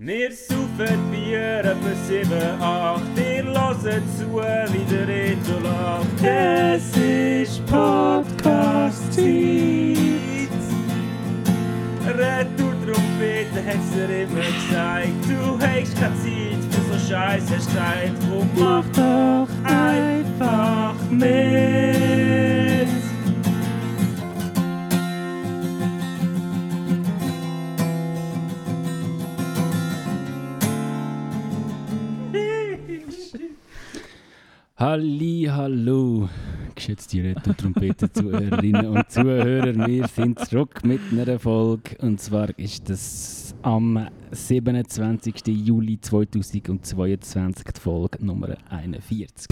Wir saufen Bier etwa 7, 8. Ihr hört zu, wie der Reto lacht. Es ist Podcast-Zeit. er Retour-Trompete hat's dir immer gesagt. Du hast keine Zeit für so Scheiß, hast gesagt. Und mach doch einfach mit. Halli, hallo, geschätzte Retter, Trompete, Zuhörerinnen und Zuhörer. Wir sind zurück mit einer Folge. Und zwar ist das am 27. Juli 2022 die Folge Nummer 41.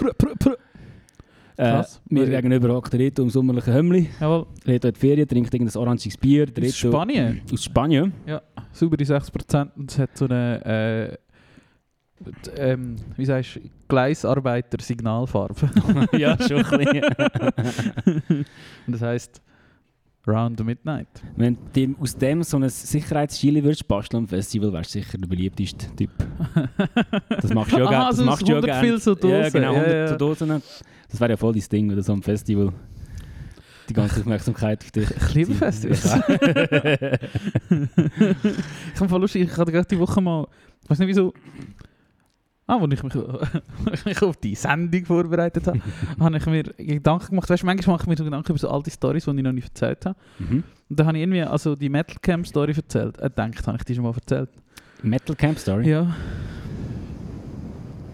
Äh, Krass. mir gegenüber hockt der Reto im sommerlichen Hömmli. Jawohl, Reto hat Ferien, trinkt irgendein oranges Bier. Der aus Reto- Spanien. Aus Spanien. Ja, saubere 6% und es hat so eine, äh, d- ähm, wie sagst du, Gleisarbeiter-Signalfarbe. ja, schon ein bisschen. Und das heisst Round Midnight. Wenn dem, aus dem so ein Sicherheitschili würdest basteln am Festival, wärst du sicher der beliebteste Typ. Das machst du ja gerne. Aha, Das so machst du ja 100 gerne. viel so Ja, Dosen. genau, Ja, 100 ja. so Dosen. Das wäre ja voll dein Ding, oder so am Festival. Die ganze Aufmerksamkeit auf dich. Ich liebe Festivals. ich habe voll lustig, ich hatte gerade die Woche mal, ich weiß nicht wieso, ah, als ich mich, als ich mich auf die Sendung vorbereitet habe, habe ich mir Gedanken gemacht, weißt du, manchmal mache ich mir so Gedanken über so alte Stories, die ich noch nicht erzählt habe. mhm. Und da habe ich irgendwie, also die Metal Camp Story erzählt, äh, gedacht, habe ich die schon mal erzählt. Metal Camp Story? Ja,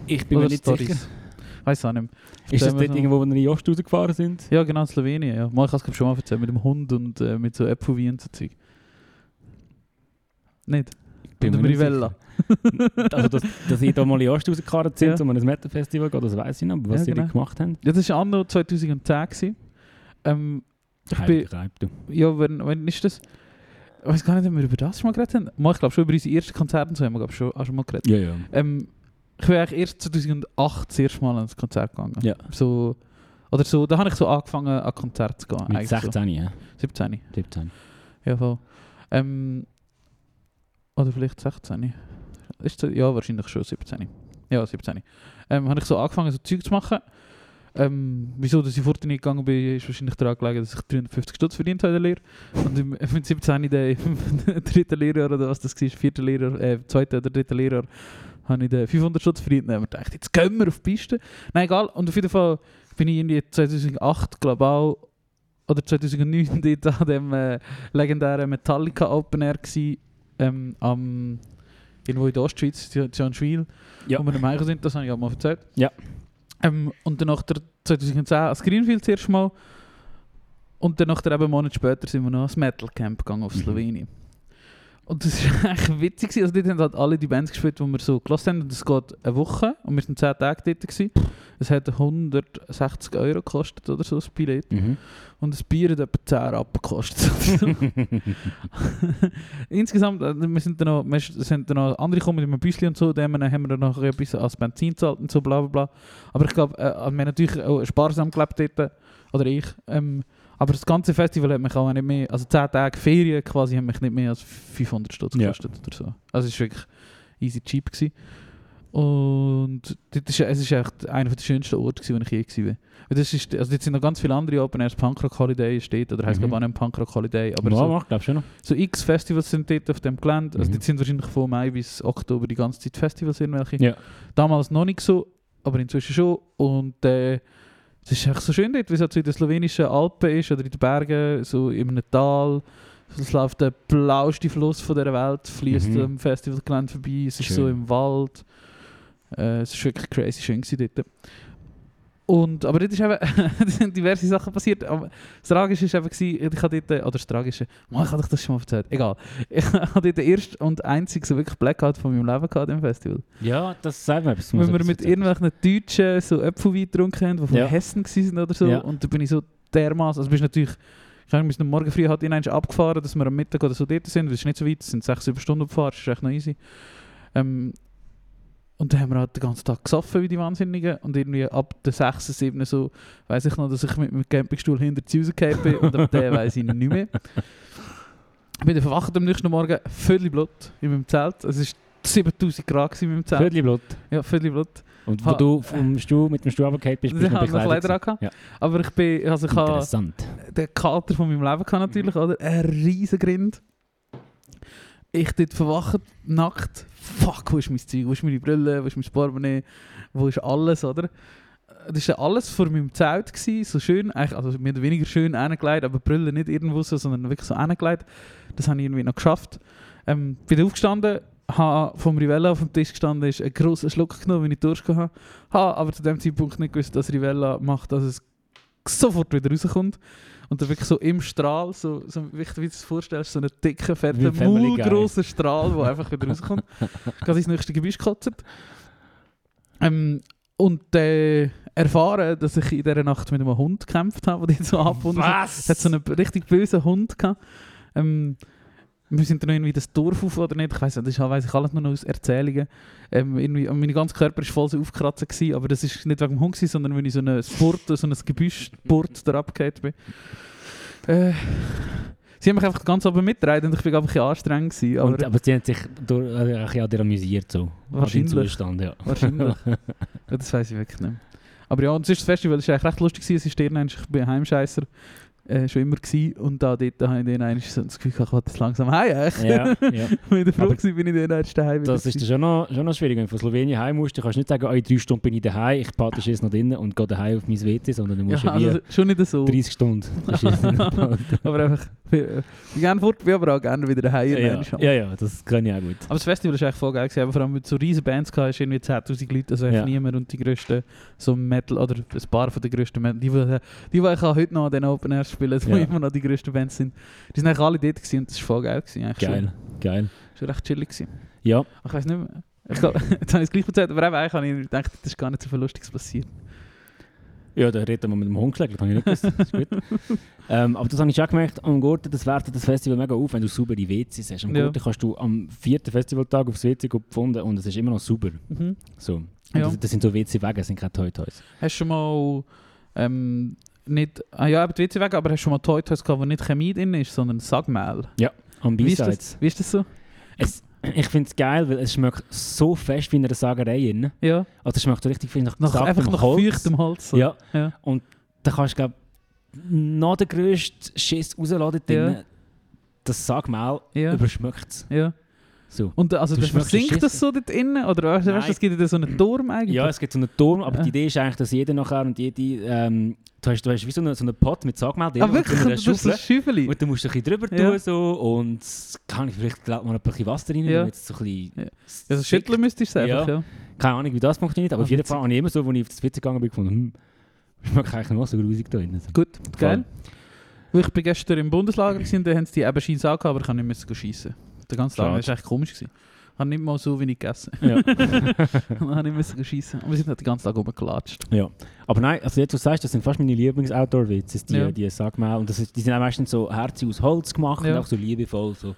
Ich bin mir nicht sicher. Weiß auch nicht mehr. Ist Erzähl das mir dort so. irgendwo, wo wir in Jost rausgefahren sind? Ja, genau, Slowenien, ja. Mal, ich habe es glaub ich, schon mal erzählt, mit dem Hund und äh, mit so Äpfelwein und so Zeug. Nicht? Bin Mit dem mir nicht Rivella. sicher. Also, dass, dass ich da mal in Jost rausgefahren sind, Ja. um an ein Metal Festival zu gehen, das weiss ich noch. Aber was Ja, sie genau. dort gemacht haben, Ja, das war anno 2010. gewesen. Ähm, ich bin, Heiliger Reib, du. ja, wenn, wenn ist das? Ich weiß gar nicht, ob wir über das schon mal geredet haben. Mal, ich glaube schon über unsere ersten Konzerte und so haben wir glaub, schon, auch schon mal geredet. Ja, ja. Ähm, ich bin eigentlich erst 2008 das erste Mal ans Konzert gegangen. Ja. So, oder so, da habe ich so angefangen, an Konzerte zu gehen. Mit eigentlich 16, So. ja. 17. 17. Ja, voll. Ähm, oder vielleicht 16. Ist das, ja, wahrscheinlich schon 17. Ja, 17. Ähm, habe ich so angefangen, so Zeug zu machen. Ähm, wieso, dass ich vorher nicht gegangen bin, ist wahrscheinlich daran gelegen, dass ich 350 Stutz verdient habe in der Lehre. Und im, mit 17 in der im dritten Lehrjahr oder was das war, vierten Lehrjahr, äh, zweiten oder dritten Lehrjahr, habe ich den 500 Stutz verdient. Dann haben wir gedacht, jetzt gehen wir auf die Piste. Nein, egal. Und auf jeden Fall bin ich irgendwie 2008, glaube ich, auch, oder 2009 dort an dem... Äh, legendäre Metallica Open Air gsi, ähm, am irgendwo in der Ostschweiz, John Schwiel, Ja. wo wir im Eichen sind, das habe ich auch mal erzählt. Ja. Ähm, und dann nach der 2010 als Greenfield zuerst mal und dann nach der eben einen Monat später sind wir noch ans Metal Camp gegangen auf Mhm. Slowenien. Und das war echt witzig. gewesen. Also dort haben halt alle die Bands gespielt, die wir so gelassen haben. Und das geht eine Woche und wir sind 10 Tage dort. Gewesen. Es hat 160 Euro gekostet oder so, das Billett. Mhm. Und das Bier hat etwa 10 Rappen gekostet. Insgesamt, äh, wir sind dann noch, wir sind dann noch andere gekommen mit einem Büsli und so, dem haben wir dann noch ein bisschen als Benzin gezahlt und so, bla bla bla. Aber ich glaube, äh, wir haben natürlich auch sparsam gelebt dort, oder ich. Ähm, aber das ganze Festival hat mich auch nicht mehr, also 10 Tage Ferien quasi, haben mich nicht mehr als 500 Stutz Ja. gekostet oder so. Also es war wirklich easy cheap. Gewesen. Und dort ist, es ist echt einer der schönsten Orte, gewesen, wo ich je gewesen bin. Weil Das ist, also dort sind noch ganz viele andere Open Airs, Punkrock Holiday steht, oder heisst Mhm. glaube ich auch nicht Punkrock Holiday, aber Aber ja, so mach, glaub schon noch. so x Festivals sind dort auf dem Gelände. Also Mhm. dort sind wahrscheinlich von Mai bis Oktober die ganze Zeit Festivals irgendwelche. Ja. Damals noch nicht so, aber inzwischen schon. Und äh, es ist echt so schön dort, wie es halt so in den slowenischen Alpen ist oder in den Bergen, so in einem Tal. Es läuft der blauste Fluss von dieser Welt, fließt Mhm. am Festivalgelände vorbei, es ist Schön. so im Wald. Äh, es ist wirklich crazy schön gewesen dort. Und, aber dort ist eben, dort sind diverse Sachen passiert. Aber das Tragische war eben, gewesen, ich habe dort, äh, oder das Tragische, Mann, ich habe dich das schon mal erzählt, egal. Ich habe dort den ersten und einzigen so wirklich Blackout von meinem Leben gehabt im Festival. Ja, Also das sagt mir etwas. Wenn wir mit irgendwelchen Deutschen so Äpfelwein getrunken haben, die von Ja. Hessen waren oder so, Ja. und da bin ich so dermaßen, also bist natürlich, ich habe mich am Morgen früh halt ineinander abgefahren, dass wir am Mittag oder so dort sind, das ist nicht so weit, das sind sechs, sieben Stunden Fahrt, das ist echt noch easy. Ähm, und dann haben wir halt den ganzen Tag gesoffen wie die Wahnsinnigen und irgendwie ab der 6, 7 so, weiss ich noch, dass ich mit meinem Campingstuhl hinter die rausgefallen bin und ab der weiss ich nicht mehr. Ich bin dann verwacht am nächsten Morgen, völlig blut in meinem Zelt, Also es ist 7000 Grad gewesen mit dem Zelt. Viertel Blut. Ja, völlig blut. Und Ha. wo du vom Stuhl, mit dem Stuhl runtergefallen bist, bist Ich du noch habe noch bekleidet. Kleider angehabt. Ja. Aber ich bin, also ich habe Interessant. den Kater von meinem Leben gehabt natürlich, oder? Ein riesen Grind. Ich dort verwacht, nackt. Fuck, wo ist mein Zeug? Wo ist meine Brille? Wo ist mein Portemonnaie? Wo ist alles, oder? Äh, Das war alles vor meinem Zelt, gewesen, so schön, eigentlich, also mehr oder weniger schön hingelegt, aber die Brille nicht irgendwo so, sondern wirklich so hingelegt. Das habe ich irgendwie noch geschafft. Ähm, bin aufgestanden, habe vom Rivella auf dem Tisch gestanden, ist einen grossen Schluck genommen, wenn ich durchgegangen habe. Habe aber zu dem Zeitpunkt nicht gewusst, dass Rivella macht, dass es sofort wieder rauskommt. Und dann wirklich so im Strahl, so, so wie du dir das vorstellst, so einen dicken, Wie fetten, Family Guy. maulgrossen Strahl, der einfach wieder rauskommt. Gerade ins nächste Gebüsch gekotzt. Ähm, und äh, erfahren, dass ich in dieser Nacht mit einem Hund gekämpft habe, der dort so abgebunden ist. Was? Es hat so einen richtig bösen Hund gehabt. Ähm, wir sind dann noch irgendwie das Dorf auf oder nicht. Ich weiß das ist- weiss ich alles nur noch aus Erzählungen. Ähm, irgendwie, mein ganzer Körper war voll so aufgekratzt, gewesen, aber das ist nicht wegen dem Hund, gewesen, sondern wenn ich so ein Sport, so ein Gebüschsport da abgehakt bin. Äh, sie haben mich einfach ganz oben mitgereiht und ich war einfach ein bisschen anstrengend. Gewesen, aber Und, aber sie haben sich durch, äh, ein bisschen an dir amüsiert. So. Wahrscheinlich. An deinem Zustand, ja. Wahrscheinlich. ja, das weiß ich wirklich nicht. mehr. Aber ja, und sonst das Festival war eigentlich recht lustig. gewesen. Es ist irgendwann, ich bin Heimscheißer äh, schon immer gewesen. und da dort habe ich dann eigentlich so das Gefühl, gehabt, ich wollte jetzt langsam heim. eigentlich. ja, ja. Wieder froh Aber- gewesen, bin ich dann erst daheim. Das wieder ist dann gewesen. schon noch, schon noch schwierig. Wenn du von Slowenien heim musst, dann kannst du nicht sagen, oh, in drei Stunden bin ich daheim, ich pate jetzt noch drinnen und gehe daheim auf mein WC, sondern du musst ja, ja, wie also, schon nicht so. 30 Stunden. Das ist jetzt nicht bald. Aber einfach, ich bin gerne fort, bin aber auch gerne wieder daheim. ja, irgendwann schon. ja, ja, das kann ich auch gut. Aber das Festival war echt voll geil, gewesen, aber vor allem mit so riesen Bands gehabt, hast du irgendwie 10'000 Leute, also echt Ja. niemand und die grössten so Metal, oder ein paar von den grössten Metal, die, die, die ich auch heute noch an den Open Air spielen, also wo Ja. immer noch die grössten Bands sind, die sind eigentlich alle dort gewesen und das war voll geil. Gewesen, eigentlich Geil, geil. Schon, schon recht chillig gewesen. Ja, Aber Ich weiß nicht mehr, ich glaub, jetzt habe ich es gleich erzählt, aber eben eigentlich habe ich gedacht, das ist gar nicht so viel Lustiges passiert. ja da redet man mit dem Hund geschlägt, das habe ich nicht gewusst. Das ist gut. ähm, aber das habe ich schon gemerkt, am Gurten, das wertet das Festival mega auf, wenn du saubere WCs hast. Am Ja. Gurten kannst du am vierten Festivaltag aufs WC gehen, gefunden und es ist immer noch sauber. Mhm. So. Und Ja. das, das sind so WC-Wege, das sind keine Toy-Toys. Hast du schon mal, ähm, nicht, ah ja, eben die WC weg, aber hast du schon mal Toy Toys gehabt, wo nicht Chemie drin ist, sondern Sagmehl? Am Wie ist B-Sides. das, wie ist das so? Es, ich finde es geil, weil es schmeckt so fest wie in einer Sagerei. Rein. Ja, Also es schmeckt richtig viel nach, nach, gesagtem einfach nach Holz. feuchtem Holz. so. Ja, ja. da kannst du glaub, noch den grössten Schiss rausladen. Ja. Ja. Das Sagmehl Ja. überschmeckt es. ja. So. Und also, Du dann schmeckst versinkt den das so dort innen? Oder weißt du, Nein. Mhm. es gibt ja so einen Turm eigentlich. Ah, Ja, es gibt so einen Turm, aber Ja. die Idee ist eigentlich, dass jeder nachher und jede... Ähm, du, hast, du hast wie so einen so eine Pot mit Sagmehl drin ah, und wirklich? dann Das ist so ein Schaufel. Schäufeli. Und dann musst du ein bisschen drüber Ja. tun so, und kann ich vielleicht glaub, mal ein bisschen Wasser rein, Ja. damit es so ein bisschen... Ja. Also, schütteln müsstest du es Ja. einfach, ja. Keine Ahnung, wie das funktioniert, aber Ah, auf jeden witzig. Fall habe ich immer so, als ich auf das WC gegangen bin, gefunden, hm, schmeckt eigentlich noch so grusig da drin. Gut, geil. Weil Ich bin gestern im Bundeslager gewesen, da haben sie die eben scheinbar angehabt, aber ich habe nicht müssen schiessen. Der ganze Lager Schade. das war echt komisch. Gewesen. Ich habe nicht mal so wenig gegessen. Ja. Ich habe nicht müssen schiessen. Aber wir sind halt den ganzen Tag rumgelatscht. ja. Aber nein, also jetzt, was du sagst, das sind fast meine Lieblings-Outdoor-Witze, die, Ja. die Sagmehl. Und das ist, die sind auch meistens so herzig aus Holz gemacht Ja. und auch so liebevoll. So.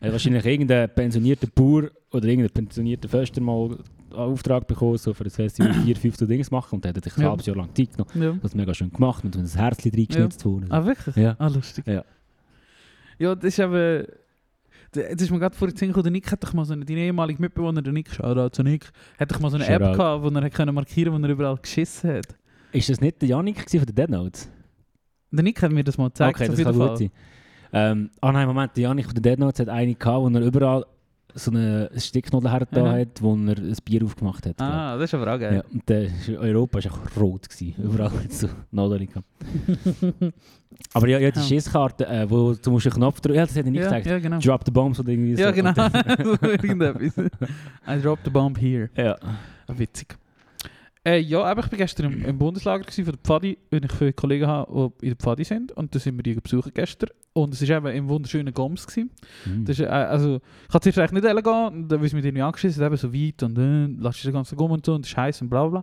Äh, wahrscheinlich irgendein pensionierter Bauer oder irgendein pensionierter Förster mal einen Auftrag bekommen, so für das Festival vier, fünf so Dinge zu machen und der hat sich ein Ja. halbes Jahr lang Zeit genommen. Ja. Das ist mega schön gemacht und dann ein Herzchen reingeschnitzt worden. Ah, wirklich? Ja. Ah, lustig. Ja. Ja, dus das ist eben... d- Jetzt ist mir gerade vor den Sinn gekommen, der Nick hat doch mal so einen, dein ehemaliger Mitbewohner, der Nick, Shoutout zu Nick, hat doch mal so eine App Shoutout. gehabt, wo er hat können markieren konnte, wo er überall geschissen hat. Ist das nicht der Janik gewesen von den Dead Notes? Der Nick dus hat mir das mal gezeigt, okay, auf das jeden kann Fall. gut sein. Ähm, ah nein, Moment, der Janik von der Dead Notes hat eine gehabt, wo er überall so eine Sticknadel her Aha. hat, wo er ein Bier aufgemacht hat. glaub. Ah, das ist aber auch geil. Ja, und der ist, Europa war auch rot. Gewesen. Überall hat es so Nadeln gehabt. Aber ja, ja die Ja. Schisskarte, äh, wo du musst einen Knopf drücken. Ja, das hätte ich nicht ja, gezeigt. ja, genau. Drop the bombs oder irgendwie so. Ja, genau. Und dann- So Irgendetwas. I dropped the bomb here. Ja. Witzig. Äh, ja, aber ich war gestern im, im Bundeslager gewesen von der Pfadi, weil ich viele Kollegen habe, die in der Pfadi sind. Und da sind wir die besuchen gestern. Und es war eben im wunderschönen Goms. Gewesen. Mhm. Das ist, äh, also, ich hatte zuerst eigentlich nicht wollen gehen, und dann weil es mich irgendwie angeschissen hat, eben so weit und äh, lass dich den ganzen Gummi und so und scheiße und bla bla.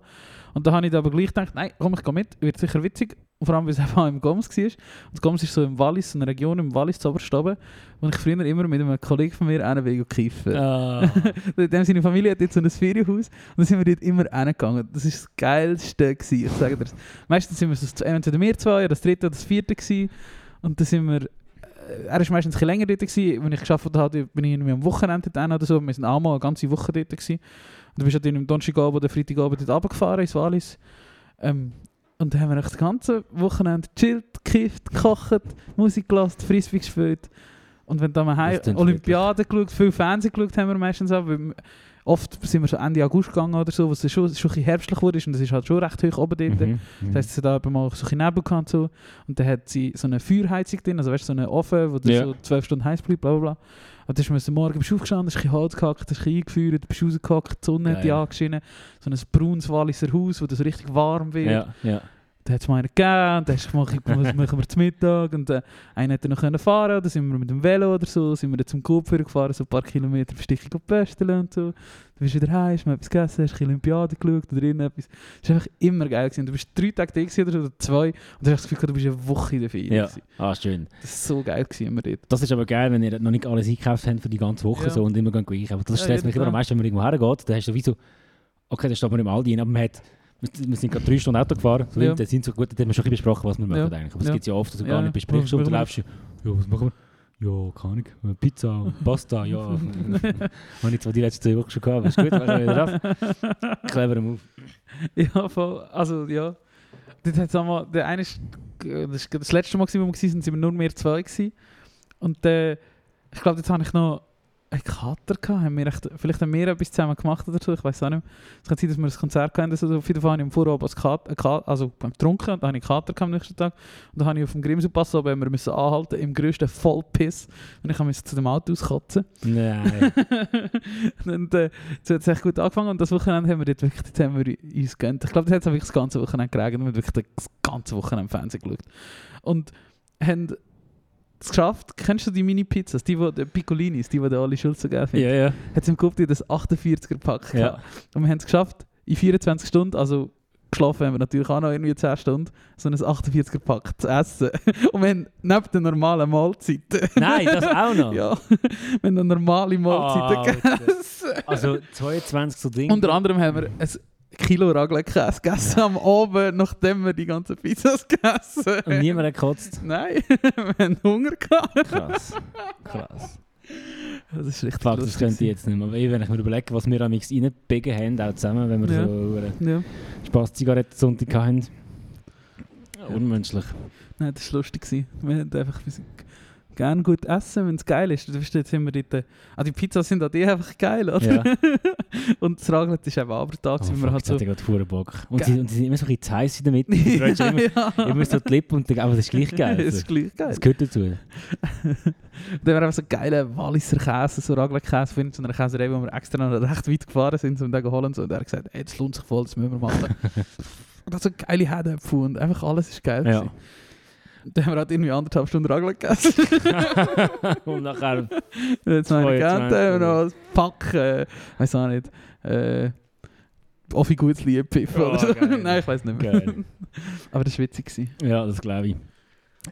Und dann habe ich dann aber gleich gedacht, nein, komm, ich gehe mit, wird sicher witzig. Und vor allem, weil es einfach im Goms war. Und das Goms ist so im Wallis, so eine Region im Wallis, zu Oberstaben, wo ich früher immer mit einem Kollegen von mir einen Weg kiffen. Ah. In dem seine Familie hat jetzt so ein Ferienhaus und dann sind wir dort immer hingegangen. Das war das Geilste, gewesen, ich sage dir das. Meistens sind wir so, zu- entweder wir zwei, oder das dritte oder das vierte gewesen. und dann sind wir er ist meistens ein bisschen länger dort gewesen. Wenn ich geschafft habe, bin ich irgendwie am Wochenende dann oder so. Wir sind einmal eine ganze Woche dort gewesen. Und du bist halt am Donnerstagabend oder Freitagabend dort runtergefahren ins Wallis. Ähm, und dann haben wir echt das ganze Wochenende chillt, gekifft, gekocht, Musik gelassen, Frisbee gespielt. Und wenn dann mal heim Das klingt Olympiade geschaut, viel Fernsehen geschaut haben wir meistens auch. weil wir- Oft sind wir so Ende August gegangen oder so, wo es dann schon, schon ein bisschen herbstlich wurde und es ist halt schon recht hoch oben dort. Mhm, mhm. Das heisst, sie da eben mal so ein bisschen Nebel gehabt und so. Und dann hat sie so eine Feuerheizung drin, also weißt du, so einen Ofen, wo du Ja. so zwölf Stunden heiß bleibt, bla bla bla. Und dann bist du morgen bist du aufgestanden, hast ein bisschen Holz gehackt, hast ein bisschen eingefeuert, bist rausgehackt, die Sonne hat dich Geil. angeschienen. So ein braunes Walliser Haus, wo du so richtig warm wird. Ja, ja. Dann hat es mir einen gegeben und dann hast du gemacht, was machen wir zum Mittag? Und äh, einen hätte noch können fahren oder sind wir mit dem Velo oder so, sind wir dann zum Kopfhörer gefahren, so ein paar Kilometer Bestickung und Pösteln und so. Dann bist du wieder heim, hast mal etwas gegessen, hast ein bisschen Olympiade geschaut oder irgendetwas. Das war einfach immer geil. Gewesen. Du bist drei Tage da gewesen oder so, oder zwei und du hast das Gefühl, gehabt, du bist eine Woche in der Ferien. ja. gewesen. Ah, schön. Das war so geil gewesen, immer dort. Das ist aber geil, wenn ihr noch nicht alles eingekauft habt für die ganze Woche Ja. so und immer gehen einkaufen. Das Ja, stresst mich jeden immer am Tag. meisten, wenn man irgendwo hergeht. Dann hast du wie so, okay, da steht man im Aldi rein, aber man hat, wir wir sind gerade drei Stunden Auto gefahren. So, Ja. Dann sind so gut, dann haben wir schon ein bisschen besprochen, was wir machen Ja. eigentlich. Aber es Ja. gibt ja oft, dass du Ja. gar nicht besprichst und Warum- dann läufst du, ja, was machen wir? Ja, keine Ahnung. Pizza, Pasta, ja. Habe ich zwar die letzten zwei Wochen schon gehabt, aber ist gut, weißt du, wieder raus. Cleverer Move. Ja, voll. Also, ja. Dort hat's einmal, der eine ist, das, ist das letzte Mal, gewesen, wo wir waren, sind wir nur mehr zwei. Gewesen. Und äh, ich glaube, jetzt habe ich noch einen Kater gehabt. Haben wir echt, vielleicht haben wir etwas zusammen gemacht oder so, ich weiß auch nicht mehr. Es kann sein, dass wir ein Konzert hatten. Also, auf jeden Fall habe ich am Vorabend als Kater, Kater, also beim Trunken, und dann habe ich einen Kater gehabt am nächsten Tag. Und dann habe ich auf dem Grimsel passen, aber wir müssen anhalten, im größten Vollpiss. Und ich musste zu dem Auto auskotzen. Nein. und äh, so hat es echt gut angefangen und das Wochenende haben wir dort wirklich, das haben wir uns gönnt. Ich glaube, das hat es wirklich das ganze Wochenende geregnet, wir haben wirklich das ganze Wochenende Fernsehen geschaut. Und haben es geschafft, kennst du die Mini-Pizzas, die, die, die Piccolinis, die, die der Oli Schulz so geil findet? Ja, ja. Hat es im Kopf das 48er-Pack Ja. gehabt. Und wir haben es geschafft, in 24 Stunden, also geschlafen haben wir natürlich auch noch irgendwie 10 Stunden, so ein 48er-Pack zu essen. Und wir haben neben der normalen Mahlzeit, Nein, das auch noch. ja, wir haben eine normale Ah, Mahlzeit Alter. gegessen. Also 22 so Dinge. Unter anderem haben wir ein Kilo Raglekäse gegessen am Abend, nachdem wir die ganzen Pizzas gegessen und haben. niemand hat gekotzt. Nein, wir haben Hunger gehabt. Krass. Krass. Das ist richtig Fuck, das lustig könnte ich gewesen. jetzt nicht mehr. Aber ich, wenn ich mir überlege, was wir am X reingebiegen haben, auch zusammen, wenn wir Ja. so über Ja, Spaß-Zigaretten Sonntag hatten. Oh, Unmenschlich. nein, das war lustig. gewesen. Wir haben einfach wir sind gerne gut essen, wenn es geil ist. Du weißt, jetzt sind wir dort, äh, ah, die Pizzas sind an dir einfach geil, oder? Und das Raglet ist eben aber da, Oh, gewesen, weil fuck, wir halt jetzt so... hatte ich gerade verdammt Bock. Und Ge- sie, und sie sind immer so ein bisschen zu heiß in der Mitte. Du drückst immer, ja. immer so die Lippen und denkst, aber das ist gleich geil. Das ist Also. gleich geil. Das gehört dazu. Da war einfach so geiler Walliser Käse, so Raglekäse von so einer Käserei, wo wir extra noch recht weit gefahren sind, um den zu holen. Und so. Und er hat gesagt, hey, das lohnt sich voll, das müssen wir machen. und das so geile Hähnchenpfui und einfach alles ist geil. Ja. gewesen. Und Dann haben wir halt irgendwie anderthalb Stunden Ragler gegessen. und nachher Und Jetzt noch eine 22 Gante, haben wir noch ein Pack, äh, weiß auch nicht, äh, Offi gutes Lied pfiffen Oh, oder so. geil. Nein, ich weiß nicht mehr. geil. Aber das war witzig. Gewesen. Ja, das glaube ich.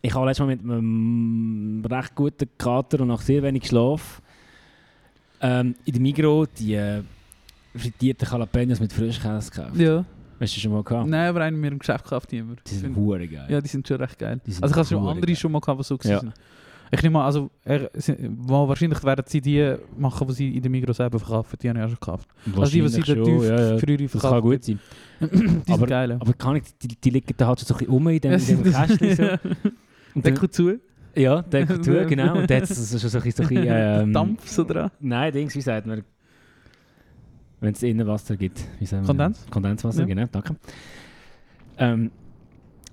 Ich habe letztes Mal mit einem recht guten Kater und nach sehr wenig Schlaf ähm, in der Migro die äh, frittierten Jalapenos mit Frischkäse gekauft. Ja. Hast du schon mal gehabt? Nein, aber einen wir im Geschäft gekauft die immer. Die sind Finde- hure geil. Ja, die sind schon recht geil. Die sind also ich habe schon hure andere geil. schon mal gehabt, die so Ja. waren. Ich nehme an, also er, sie, wa- wahrscheinlich werden sie die machen, die sie in der Migros selber verkaufen. Die habe ich auch schon gekauft. Also die, die sie Wahrscheinlich da schon, tief ja, ja. früher Das kann verkauft gut sein. haben. Die aber- sind geil. ja. Aber kann ich, die, die liegen da halt schon so ein bisschen rum in dem, Ja, in dem sind- Kästchen. So. Ja. Und dann, Deckel zu, ja, der kommt zu, genau. Und dann hat es so, so, so ein bisschen... So ein bisschen, ähm, Dampf so dran. Nein, Dings, wie sagt man? Wenn es innen Wasser gibt. Wie sagt man? Kondens? Kondenswasser, Ja. genau, danke. Ähm,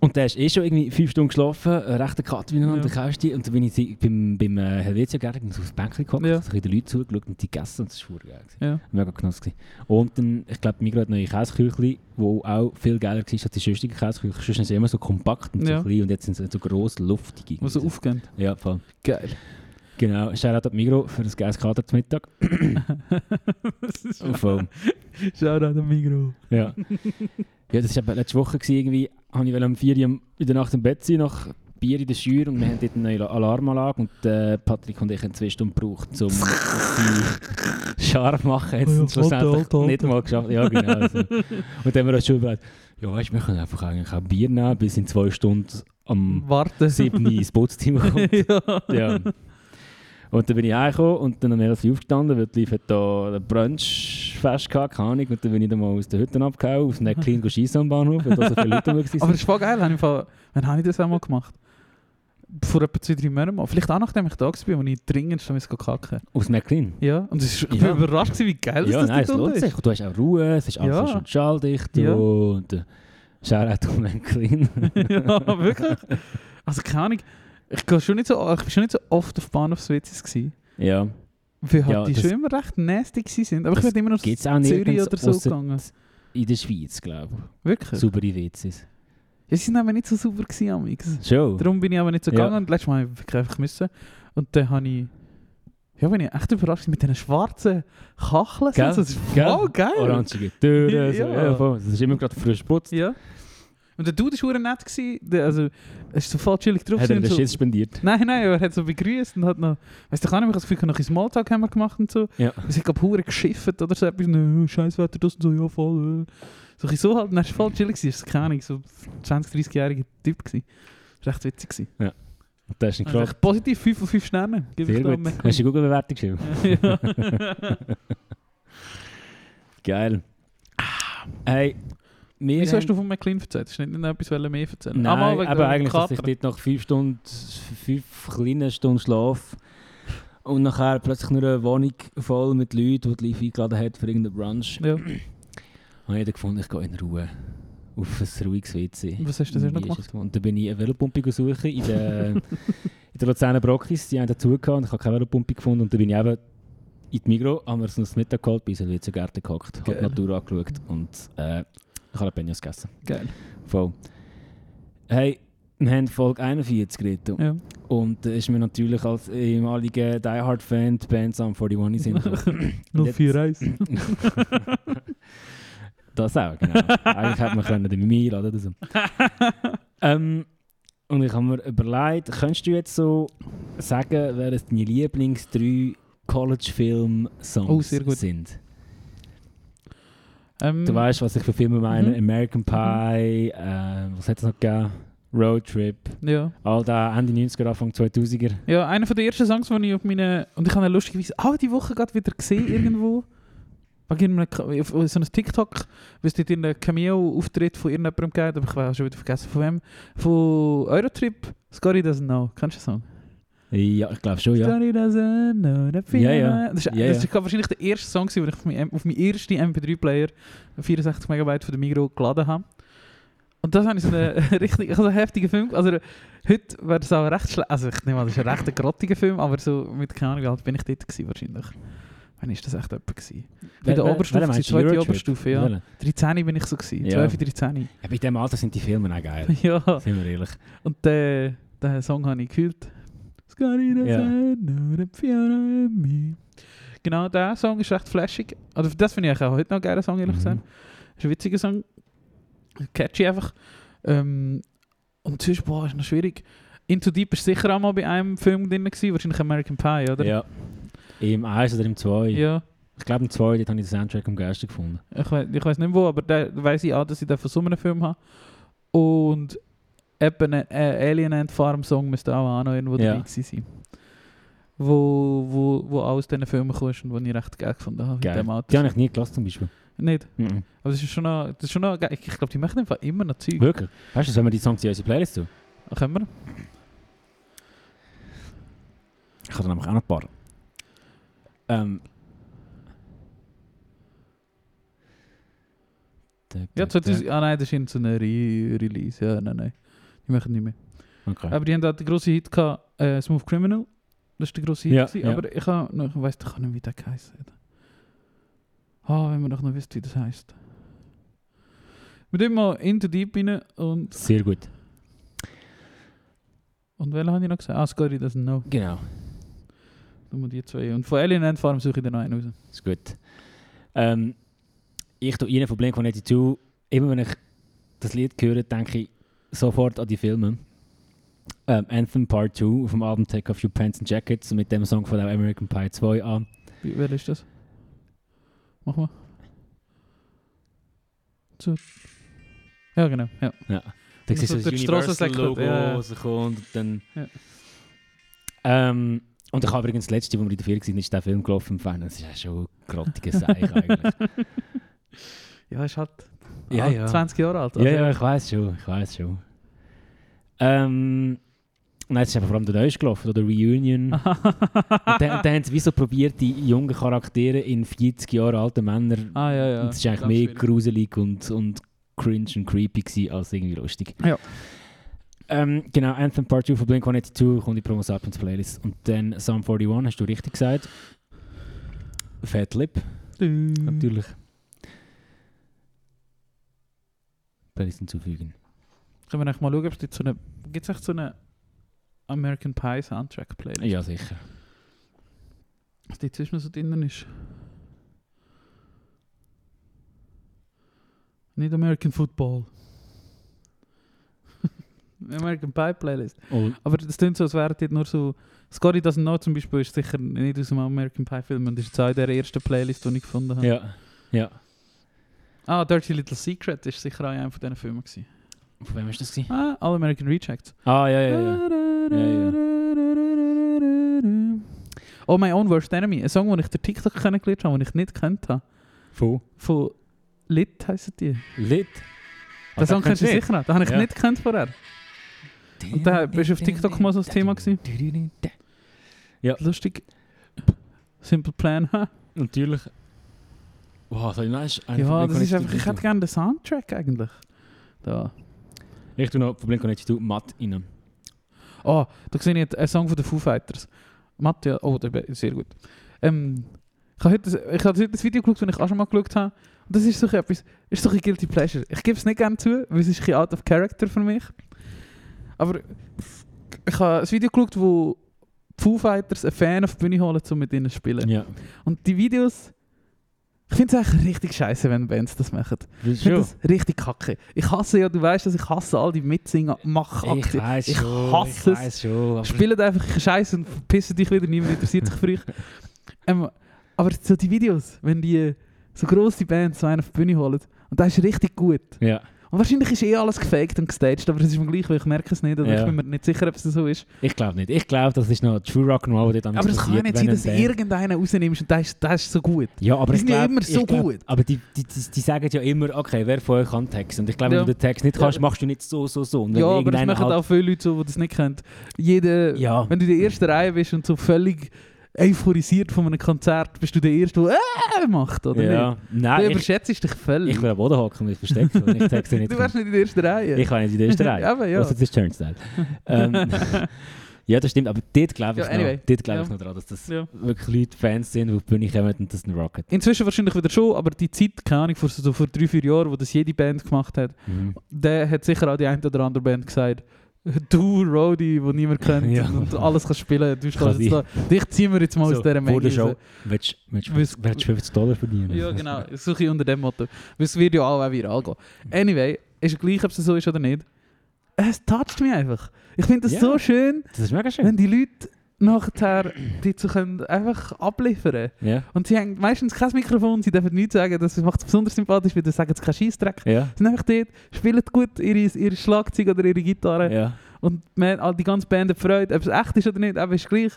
und der ist eh schon irgendwie fünf Stunden geschlafen, äh, rechter Cut wie Ja. und dann kaufst du die. Und dann bin ich sie- beim, beim äh, Helvetia Garten so aufs Bänkchen gekommen, Ja. ja. habe ich den Leuten zugeschaut und die gegessen und das war verdammt geil. Ja. gewesen. Mega genoss gewesen. Und dann, ich glaube, Migros hat neue Käseküchli, wo auch viel geiler war als die sonstigen Käseküchli. Sonst sind sie immer so kompakt und Ja. so klein und jetzt sind sie so gross, luftig. Wo so aufgehen. Ja, voll. Geil. Genau, Shoutout an Migros für das geiles Kater zum Mittag. Und voll. Schau da den Migros. Ja. ja, das war eben letzte Woche. Gewesen, irgendwie habe ich am 4 Uhr am- in der Nacht im Bett sein, nach Bier in der Schür und wir haben dort eine neue La- Alarmanlage und äh, Patrick und ich haben zwei Stunden gebraucht, um sie scharf zu machen. Jetzt Oh ja, sind es schlussendlich Alter, Alter, Alter. nicht mal geschafft. Ja, genau. So. Und dann haben wir uns schon überlegt, ja weißt, wir können einfach eigentlich auch Bier nehmen, bis in zwei Stunden am Warten. 7. ins Putzteam kommt. ja. ja. Und dann bin ich heimgekommen und dann am 11. Uhr aufgestanden, weil die Liv hat da ein Brunch-Fest gehabt, keine Ahnung. Und dann bin ich dann mal aus der Hütte abgehauen, auf den Clean schiessen am Bahnhof, weil da so viele Leute rum Aber waren. das ist voll geil. Habe ich im Fall, wann habe ich das einmal gemacht? Vor etwa zwei, drei Monaten mal. Vielleicht auch nachdem ich da war, wo ich dringend schon musste kacken Aus McLean? Ja. Und es ist, ich Ja. bin überrascht, gewesen, wie geil Ja, das nein, es dort unten lohnt ist. sich. Und Du hast auch Ruhe, es ist alles Ja. so schön schalldicht Ja. und äh, Shoutout an McLean. ja, wirklich. Also keine Ahnung. Ich, gehe schon nicht so, ich bin schon nicht so oft auf Bahnhofswitzes gewesen. ja, Weil halt Ja, die das- schon immer recht nasty gewesen sind. Aber ich das bin immer noch gibt es auch Zürich nirgends oder so ausser gegangen. in der Schweiz, glaube ich. Wirklich? Saubere Witzis. Ja, sie sind aber nicht so super gewesen amix. Schon? Darum bin ich aber nicht so Ja. gegangen und letztes Mal habe ich wirklich einfach müssen. Und dann habe ich... Ja, bin ich echt überrascht mit diesen schwarzen Kacheln. Gell? Das ist Gell? voll geil. Orangige Türen, so, Ja. ja. voll. es ist immer gerade frisch geputzt. Ja. Und der Dude war verdammt nett. Gewesen. Der, also, er ist so voll chillig drauf. Hat er gewesen den und so, Schiss spendiert? Nein, nein, aber er hat so begrüßt und hat noch... Weißt du, ich habe nämlich das Gefühl, ich habe noch ein Smalltalk haben wir gemacht und so. Ja. Wir sind, glaube ich, verdammt geschifft oder so etwas. Nö, scheiß Wetter, das und so, ja, voll. Äh. So ein bisschen so halt. Und er war voll chillig. gewesen. Das war, keine Ahnung, so 20, 30-jähriger Typ. Gewesen. Das war recht witzig. Gewesen. Das ist ein Also Kraft. echt positiv 5 von 5 Sternen. Gebe Sehr ich da gut. mit. Hast du eine Google-Bewertung geschrieben? ja. Geil. Hey, wir Wieso hast haben- du von McLean erzählt? Hast du nicht noch etwas mehr erzählen Nein, Einmal wegen aber dem eigentlich, dass ich Kater. dort nach fünf Stunden, fünf kleinen Stunden Schlaf und nachher plötzlich nur eine Wohnung voll mit Leuten, die die Liv eingeladen hat für irgendeinen Brunch, Ja. habe ich dann gefunden, ich gehe in Ruhe auf ein ruhiges WC. Was hast du denn sonst noch Wie ist gemacht? es geworden? Und dann bin ich eine Velopumpe suchen in der, in der Luzerner Brockis. Die haben dazu gehabt und ich habe keine Velopumpe gefunden. Und dann bin ich eben in die Migro, haben wir uns noch das Mittag geholt, bin in den WC-Garten gehockt, habe Geil. die Natur angeschaut und äh, ich habe Penos gegessen. Geil. Voll. Hey, wir haben Folge 41 geredet. Ja. Und da ist mir natürlich als ehemaliger Die Hard Fan die Band Sum 41 sind. 04 Eis. das auch, genau. Eigentlich hätte man können den Mimi laden oder so. ähm, und ich habe mir überlegt, könntest du jetzt so sagen, wer es deine Lieblings drei College-Film-Songs Oh, sehr gut. sind? Ähm, Du weißt, was ich für Filme meine. Mhm. American Pie, äh, was hat es noch gegeben? Road Trip. Ja. All da Ende 90er, Anfang 2000er. Ja, einer von der ersten Songs, die ich auf meine Und ich habe ihn lustigerweise auch Oh, die Woche gerade wieder gesehen irgendwo. Wegen einem, auf so einem eh, TikTok, weil es dort einen Cameo-Auftritt von irgendjemandem gegeben hat, aber ich weiß schon wieder vergessen von wem. Von Eurotrip, Scotty Doesn't Know. Kennst du den Song? Ja, ich glaube schon, Oh ja. Scotty Doesn't Know. that Ja, ja. feeling. Das ist, Ja, das ja. ist glaub, wahrscheinlich der erste Song, gewesen, den ich auf meinen auf meinen ersten MP3-Player 64 MB von der Migro geladen habe. Und das habe ich so einen richtig also einen heftigen Film. Also, heute wäre das auch recht schlecht. Also, ich nehme an, das ist ein recht grottiger Film, aber so mit keine Ahnung, wie alt bin ich dort gewesen, wahrscheinlich. Wann ist das echt jemand gewesen? Bei der Oberstufe, die zweite Oberstufe, ja. 13 bin ich so gewesen. Ja. 12, 13. ja. Bei dem Alter sind die Filme auch geil. ja. Sind wir ehrlich. Und den, den Song habe ich gefühlt. Ja. Genau, der Song ist recht flashig. Also das finde ich eigentlich auch heute noch ein geiler Song, ehrlich Mhm. gesagt. Ist ein witziger Song. Catchy einfach. Ähm, und sonst, boah, ist noch schwierig. Into Deep ist sicher auch mal bei einem Film drin gewesen, wahrscheinlich American Pie, oder? Ja. Im 1 oder im 2. Ja. Ich glaube, im 2 dort habe ich den Soundtrack am geilsten gefunden. Ich weiß, ich weiß nicht wo, aber da weiß ich auch, dass ich da von so einem Film habe. Und eben ein äh, Alien and Farm Song müsste auch, auch noch irgendwo Ja. dabei gewesen sein. Wo, wo, wo auch aus diesen Filmen kommst und wo ich recht geil gefunden habe. Geil. ne. Mit dem Die Auto. habe ich nie gelassen zum Beispiel. Nicht. Mhm. Aber das ist schon noch, das ist schon noch geil. Ich, ich glaube, die machen einfach immer noch Zeug. Wirklich? Weißt du, wenn wir die Songs in unsere Playlist tun? Können wir? Ich habe da nämlich auch noch ein paar. Ähm. Ja, 2000, ah nein, das ist irgend so eine Re Release. Ja, nein, nein. Die machen nicht mehr. Okay. Aber die haben da den grossen Hit gehabt, äh, Smooth Criminal. Das war der grosse Hit. Ja, gewesen, ja. Aber ich, hab noch- ich weiß doch nicht, wie der heisst. Ah, wenn man doch noch wisst, wie das heisst. Wir tun mal Into Deep rein und. Sehr gut. Und welchen habe ich noch gesagt? Ah, Scotty Doesn't Know. Genau. Dann mal die zwei. Und von Alien Ant Farm suche ich dann noch einen raus. Ist gut. Ähm, ich tue Ihnen von Blink-182, immer wenn ich das Lied höre, denke ich sofort an die Filme. Ähm, Anthem Part 2 vom Album Take Off Your Pants and Jackets mit dem Song von der American Pie 2 an. Wie, wer ist das? Mach mal. So. Ja, genau. Ja. Ja. Dann siehst du Durch das die Straße Universal-Logo, säckelt, ja. was kommt und dann... Ja. Ähm, und ich habe übrigens das letzte, wo wir in der Ferien waren, ist der Film gelaufen im Fernsehen. Das ist ja schon ein grottiger Seich eigentlich. Ja, ist halt Ja, halt ja. 20 Jahre alt. ja, ja, ich weiß schon, ich weiß schon. Ähm, nein, es ist eben vor allem der Neueste gelaufen, oder Reunion. und dann, dann haben sie wieso probiert, die jungen Charaktere in 40 Jahre alten Männern... Ah, ja, ja. Und es ist eigentlich Ganz mehr schwierig. gruselig und, und cringe und creepy gewesen, als irgendwie lustig. Ja. Ähm, genau, Anthem Part 2 von Blink-182 kommt in die Promo Sapiens Playlist. Und dann Psalm 41, hast du richtig gesagt. Fat Lip, natürlich. Playlist hinzufügen. Können wir eigentlich mal schauen, ob es dort so eine... Gibt es echt so eine American Pie Soundtrack-Playlist? Ja, sicher. Was die zwischen so drinnen ist? Nicht American Football. American Pie Playlist. Oh, Aber das klingt so, als wäre dort nur so... Scotty Doesn't Know zum Beispiel ist sicher nicht aus einem American Pie Film und ist jetzt auch in der ersten Playlist, die ich gefunden habe. ja. Ja. Ah, Dirty Little Secret ist sicher auch einer von diesen Filmen gewesen. Von wem war das? Gewesen? Ah, All American Rejects. Ah, ja, ja, ja. Ja, Oh, My Own Worst Enemy. Ein Song, den ich der TikTok kennengelernt habe, den ich nicht kennt habe. Von? Von Lit heissen die. Oh, Den Lit. Ah, Song kennst du sicher noch. Den habe ich Ja. nicht kennt vorher. Und da bist du auf TikTok mal so das Thema gewesen. Lustig. Simple Plan. Ah, Ha. Natürlich. Wow, soll ich noch Ja, das ist einfach... Ich hätte gerne den Soundtrack eigentlich. Da. Ich tue noch von Blink-182 Matt rein. Oh, da sehe ich jetzt einen Song von den Foo Fighters. Matthias, oh, der ist sehr gut. Ähm, ich habe heute, ich habe heute das Video geschaut, das ich auch schon mal geschaut habe. Und das ist so ein etwas, ist so ein Guilty Pleasure. Ich gebe es nicht gerne zu, weil es ist ein bisschen out of character für mich. Aber ich habe ein Video geschaut, wo die Foo Fighters einen Fan auf die Bühne holen, um mit ihnen zu spielen. Ja. Und die Videos, ich finde es eigentlich richtig scheiße, wenn Bands das machen. Dus Ich finde das richtig kacke. Ich hasse ja, du weißt, dass ich hasse all die Mitsingen, mach Ich weiß Ich schon. hasse ich es. weiß schon. aber- Spielen einfach Scheiße und verpissen dich wieder, niemand interessiert sich für dich. Ähm, aber so die Videos, wenn die so grosse Bands so einen auf die Bühne holen, und das ist richtig gut. Ja. Und wahrscheinlich ist eh alles gefaked und gestaged, aber es ist mir gleich, weil ich merke es nicht, oder Ja. ich bin mir nicht sicher, ob es so ist. Ich glaube nicht. Ich glaube, das ist noch nou True Rock'n'Roll, der damit aber es kann ja nicht sein, dass irgendeinen rausnimmst und der ist, der ist so gut. Ja, aber dus Die ich sind ja glaub- immer ich so glaub- gut. Aber die, die, die, die sagen ja immer, okay, wer von euch kann Text? Und ich glaube, wenn Ja. du den Text nicht Ja. kannst, machst du nicht so, so, so. Und wenn Ja, aber das irgendeiner halt machen auch viele Leute so, die das nicht kennen. Jeder, Ja. wenn du in der ersten Reihe bist und so völlig euphorisiert von einem Konzert, bist du der Erste, der «Äh!» macht, oder nicht? ja. Nou, Du Nein, ich, überschätzt dich völlig. ich will am Boden hocken und mich verstecken. und ich texte nicht. Du wärst nicht in der ersten Reihe. Ich kann nicht in der ersten Reihe. Aber ja. Also, das ist Turnstyle. ähm, ja, das stimmt, aber dort glaube ich, Ja, anyway. noch, dort glaub Ja. ich noch dran, dass das Ja. wirklich Leute Fans sind, die auf die Bühne kommen und das ein Rocket. Inzwischen wahrscheinlich wieder schon, aber die Zeit, keine Ahnung, vor, so, vor drei, vier Jahren, wo das jede Band gemacht hat, Mhm. der hat sicher auch die eine oder andere Band gesagt, du, Roadie, wo niemand kennt Ja. und alles kann spielen, du Kann kannst jetzt da, dich ziehen wir jetzt mal aus dieser vor der Menge Show raus. willst willst- Willst- willst du 50 Dollar verdienen. Ja, genau, so ein bisschen unter dem Motto. Weil es wird ja auch viral gehen. Anyway, ist gleich, ob es so ist oder nicht. Es Eh, toucht mich einfach. Ich finde das Ja. so schön, Das ist mega schön. wenn die Leute nachher die so können einfach abliefern Ja, Und sie haben meistens kein Mikrofon, sie dürfen nichts sagen, das macht es besonders sympathisch, weil sie sagen, es ist kein Scheissdreck. ja, Sie sind einfach dort, spielen gut ihre, ihre Schlagzeug oder ihre Gitarre ja. und man, all die ganze Band hat Freude, ob es echt ist oder nicht, aber ist gleich.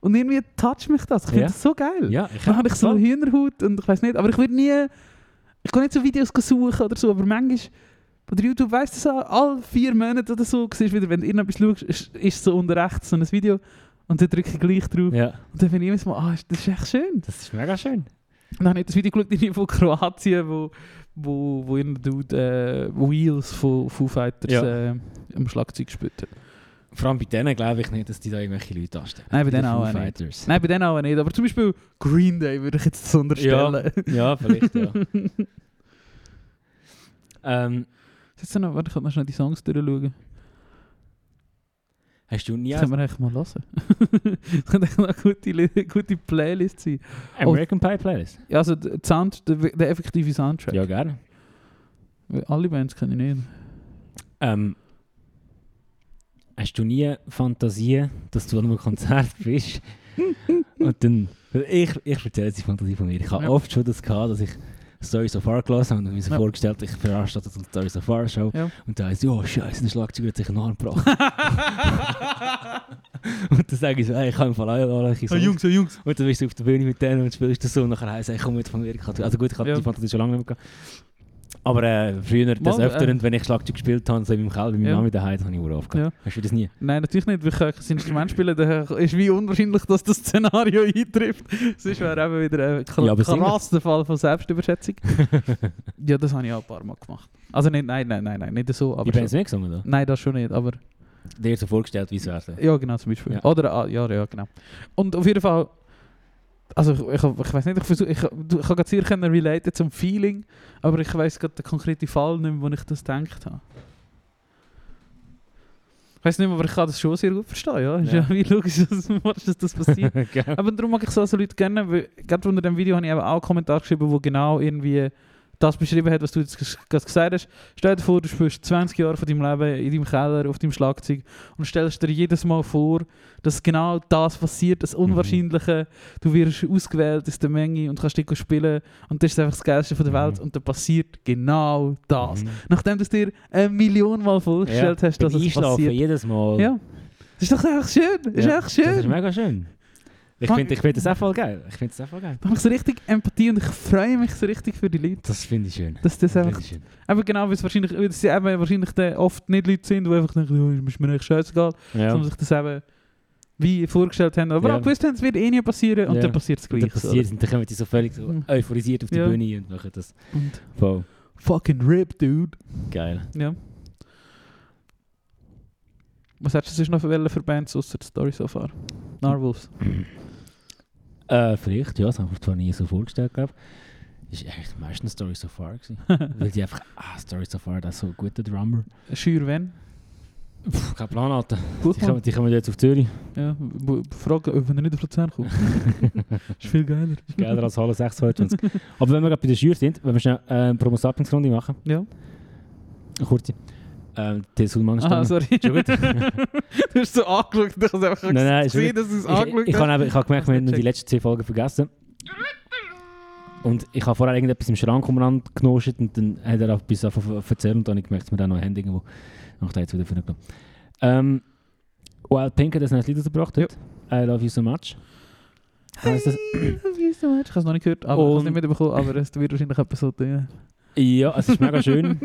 Und irgendwie toucht mich das, ich finde Ja. das so geil. ja ich Dann habe ich so voll. Hühnerhaut und ich weiß nicht, aber ich würde nie, ich kann nicht so Videos suchen oder so, aber manchmal, oder YouTube weiss das auch, alle vier Monate oder so, siehst du wieder, wenn du irgendetwas schaust, ist, ist so unten rechts so ein Video und dann drücke ich gleich drauf Ja, und dann finde ich jedes Mal, ah, das ist echt schön. das ist mega schön. Dann habe ich das Video geschaut irgendwie von Kroatien, wo, wo, wo irgendein Dude äh, Wheels von Foo Fighters Ja. äh, am Schlagzeug gespielt hat. Vor allem bei denen glaube ich nicht, dass dus die da irgendwelche Leute anstellen. Nein, bei den denen auch Foo nicht. Fighters. Nein, bei denen auch nicht, aber zum Beispiel Green Day würde ich jetzt sonderstellen. Ja. Ja, vielleicht, ja. ähm, Jetzt noch, warte, ich kann noch schnell die Songs durchschauen. hast du nie Das können wir eigentlich mal hören. das könnte eigentlich noch eine gute, Li- gute Playlist sein. American oh. Pie Playlist? Ja, also der, Sound, der, der effektive Soundtrack. Ja, gerne. Weil Alle Bands können ich nicht. Ähm, hast du nie Fantasie, dass du an einem Konzert bist? und dann. weil Ich, ich erzähle jetzt die Fantasie von mir. Ich habe Ja. oft schon das gehabt, dass ich Story So Far gelesen und mir so Ja. vorgestellt, ich veranstalte so eine Story So Far Show. Ja. Und da heißt oh scheiße, der Schlagzeuger hat sich einen Arm gebrochen. und dann sage ich so, hey, ich kann im Fall auch alle Oh, Jungs, oh, Jungs. Und dann bist du auf der Bühne mit denen und spielst das so und nachher heisst es, hey, komm mit von mir. ich kann- Also gut, ich habe Ja. die Fantasie schon lange nicht mehr gehabt. Aber äh, früher, das Mal, öfter, äh, und wenn ich Schlagzeug gespielt habe, so in meinem Keller, bei meinem Ja. Namen daheim, dann habe ich Uhr aufgehört. Hast du das nie? Nein, natürlich nicht. Wir können kein Instrument spielen. Daher ist wie unwahrscheinlich, dass das Szenario eintrifft. Sonst wäre eben wieder ein Ja, aber kl- singen- krass der Fall von Selbstüberschätzung. ja, das habe ich auch ein paar Mal gemacht. Also nicht, nein, nein, nein, nein, nicht so. Aber ich bin es schon, nicht gesungen, da. nein, das schon nicht. Aber Dir so vorgestellt, wie es wäre. Ja, genau, zum Beispiel. Ja. Oder, ah, ja, ja, genau. Und auf jeden Fall, also ich, ich, ich weiß nicht, ich versuche, ich, du- ich kann gerade sehr können relaten zum Feeling, aber ich weiß gerade den konkreten Fall nicht mehr, wo ich das gedacht habe. Ich weiß nicht mehr, aber ich kann das schon sehr gut verstehen, ja. Ist ja Ja. wie logisch, dass, dass das passiert. Gell? Aber darum mag ich so also Leute gerne, weil gerade unter dem Video habe ich eben auch einen Kommentar geschrieben, wo genau irgendwie das beschrieben hat, was du jetzt ges- gerade gesagt hast. Stell dir vor, du spielst 20 Jahre von deinem Leben in deinem Keller auf deinem Schlagzeug und stellst dir jedes Mal vor, dass genau das passiert, Mhm. das Unwahrscheinliche. Du wirst ausgewählt aus der Menge und kannst dich spielen und das ist einfach das Geilste von der Welt Mhm. und dann passiert genau das. Mhm. Nachdem du es dir eine Million Mal vorgestellt hast, dass beim es Einschlafen passiert. jedes Mal. Ja. Das ist doch echt schön. Das Ja, ist echt schön. Das ist mega schön. Ich Fuck. finde ich find das auch voll geil. Ich finde das auch voll geil. Da habe ich so richtig Empathie und ich freue mich so richtig für die Leute. Das finde ich schön. Dass das Das einfach, finde ich schön. eben genau, weil es wahrscheinlich, weil es eben wahrscheinlich dann oft nicht Leute sind, die einfach denken, oh, ist mir echt scheißegal, Ja. sondern sich das eben wie vorgestellt haben. Aber Ja. auch gewusst haben, es wird eh nie passieren und Ja. dann passiert es Und gleich. dann passiert es und dann kommen die so völlig so Mhm. euphorisiert auf die Ja. Bühne und machen das. oder? Und Voll fucking RIP, dude. geil. Ja. Was hättest du sonst noch für welche für Bands ausser der Story so far? Narwolves. Äh, vielleicht, ja, das haben wir zwar nie so vorgestellt, glaube ich. Ist eigentlich meistens Story So Far gewesen. Weil die einfach, ah, Story So Far, das ist so ein guter Drummer. Schür wenn? Pff, kein Plan, Alter. Die Gut, Mann. kommen, die kommen jetzt auf Zürich. Ja, b- fragen, ob er nicht auf Luzern kommt. ist viel geiler. Geiler als Halle 622. Aber wenn wir gerade bei der Schür sind, wenn wir schnell äh, eine Promo-Sapiens-Runde machen, Ja. eine kurze. Ähm, der Sulman ist Ah, da. sorry. Schon gut. du hast so angeschaut, ich habe einfach Nein, nein, ist gesehen, dass du es Ich, angeschaut ich, hast. habe eben- ich habe gemerkt, Hast du wir haben die gecheckt? letzten zwei Folgen vergessen. Und ich habe vorher irgendetwas im Schrank umeinander genoscht und dann hat er auch etwas angefangen zu erzählen und dann habe ich gemerkt, dass wir da noch haben irgendwo. Und ich habe jetzt wieder vorgenommen. Ähm, Wild Pink hat das neues Lied rausgebracht. hat. I Love You So Much. Heisst das- Hey, love you so much. Ich habe es noch nicht gehört, aber ich habe es Und- nicht mitbekommen, aber es wird wahrscheinlich etwas so tun. Ja, es ist mega schön.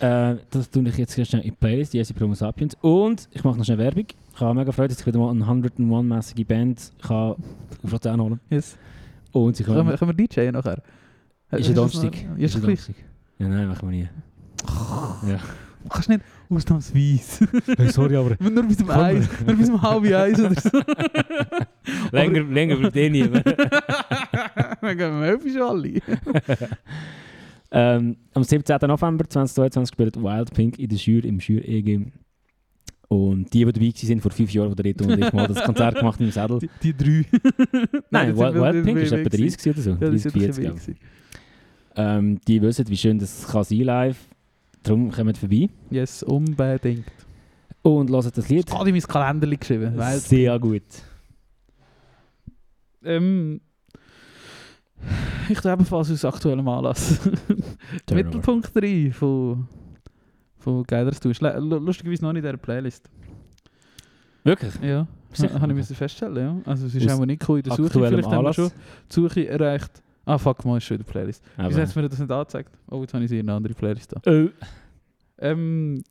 äh, das tue ich jetzt ganz schnell in die Playlist, die erste Promo Sapiens. Und ich mache noch schnell Werbung. Ich habe mega Freude, dass ich wieder mal eine 101-mäßige Band kann auf Luzern holen Yes. kann. Und sie Können, wir, können... können wir DJen nachher? Ist Hast du ein das noch- Donnerstag. Ja, Ist Ist ein gleich. Donnerstag. Ja, nein, machen wir nie. Du kannst nicht ausnahmsweise. Hey, sorry, aber... nur bis um Komm. eins, nur bis um halb eins oder so. länger, länger bleibt eh niemand. Dann gehen wir öfter schon alle. Ähm, am 17. November 2022 spielt Wild Pink in der Schür im Schür EG. Und die, die dabei waren vor fünf Jahren, wo der Reto und ich mal das Konzert gemacht haben im Sattel. Die, die drei. Nein, das Wild, sind wir- Wild Pink wir- ist wir etwa 30 gewesen oder so. Ja, das 30, sind wir 40, gewesen. glaube ich. Ähm, die wissen, wie schön das kann sein live. Darum kommt vorbei Yes, unbedingt. und hört das Lied. Ich habe in mein Kalender geschrieben. weil- Sehr gut. Ähm, ich tue ebenfalls aus aktuellem Anlass. Turnover. Mittelpunkt 3 von, von Geilers Tausch. Le- lu- Lustigerweise noch nicht in dieser Playlist. Wirklich? Ja, Sicher? habe ich müssen feststellen. Ja. Also es ist Aus auch nicht cool in der Suche. aktuellem Vielleicht haben wir Anlass? schon die Suche erreicht. Ah fuck, man ist schon in der Playlist. Wieso hat Aber, es mir das nicht angezeigt? Oh, jetzt habe ich sie in eine andere Playlist da. äh, Ähm,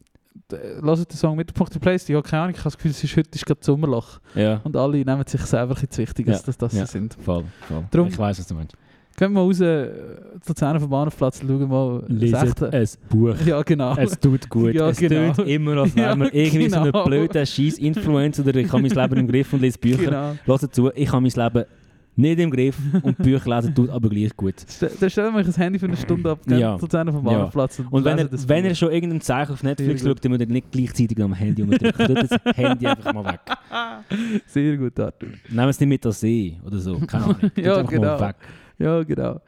d- lasst den Song Mittelpunkt der Playlist. Ich habe keine Ahnung, ich habe das Gefühl, es ist heute ist gerade Sommerloch. ja, Und alle nehmen sich selber ein bisschen zu wichtig, als Ja, dass das ja. sie sind. voll. voll. Drum- ich weiß, was du meinst. Gehen wir mal raus äh, zu Zähne vom Bahnhofplatz und schauen mal Leset Sechten. ein Buch. eh, Ja, genau. Es tut gut. Ja, es genau. tut immer, als Ja, wären wir irgendwie so genau. ein blöder scheiß Influencer oder ich habe mein Leben im Griff und lese Bücher. genau. Lass Hört zu, ich habe mein Leben nicht im Griff und Bücher lesen tut aber gleich gut. Ste- Dann stellen wir euch das Handy für eine Stunde ab, gehen Ja. zu Zähne vom Ja. Bahnhofplatz. Und wenn lesen ihr, das wenn ihr Buch. schon irgendein Zeichen auf Netflix Sehr gut. schaut, dann müsst ihr nicht gleichzeitig am Handy umdrücken. Tut das Handy einfach mal weg. Sehr gut, Arthur. Nehmen es nicht mit als See oder so. Keine Ahnung. Tut Ja, einfach mal genau. weg. Ja, genau.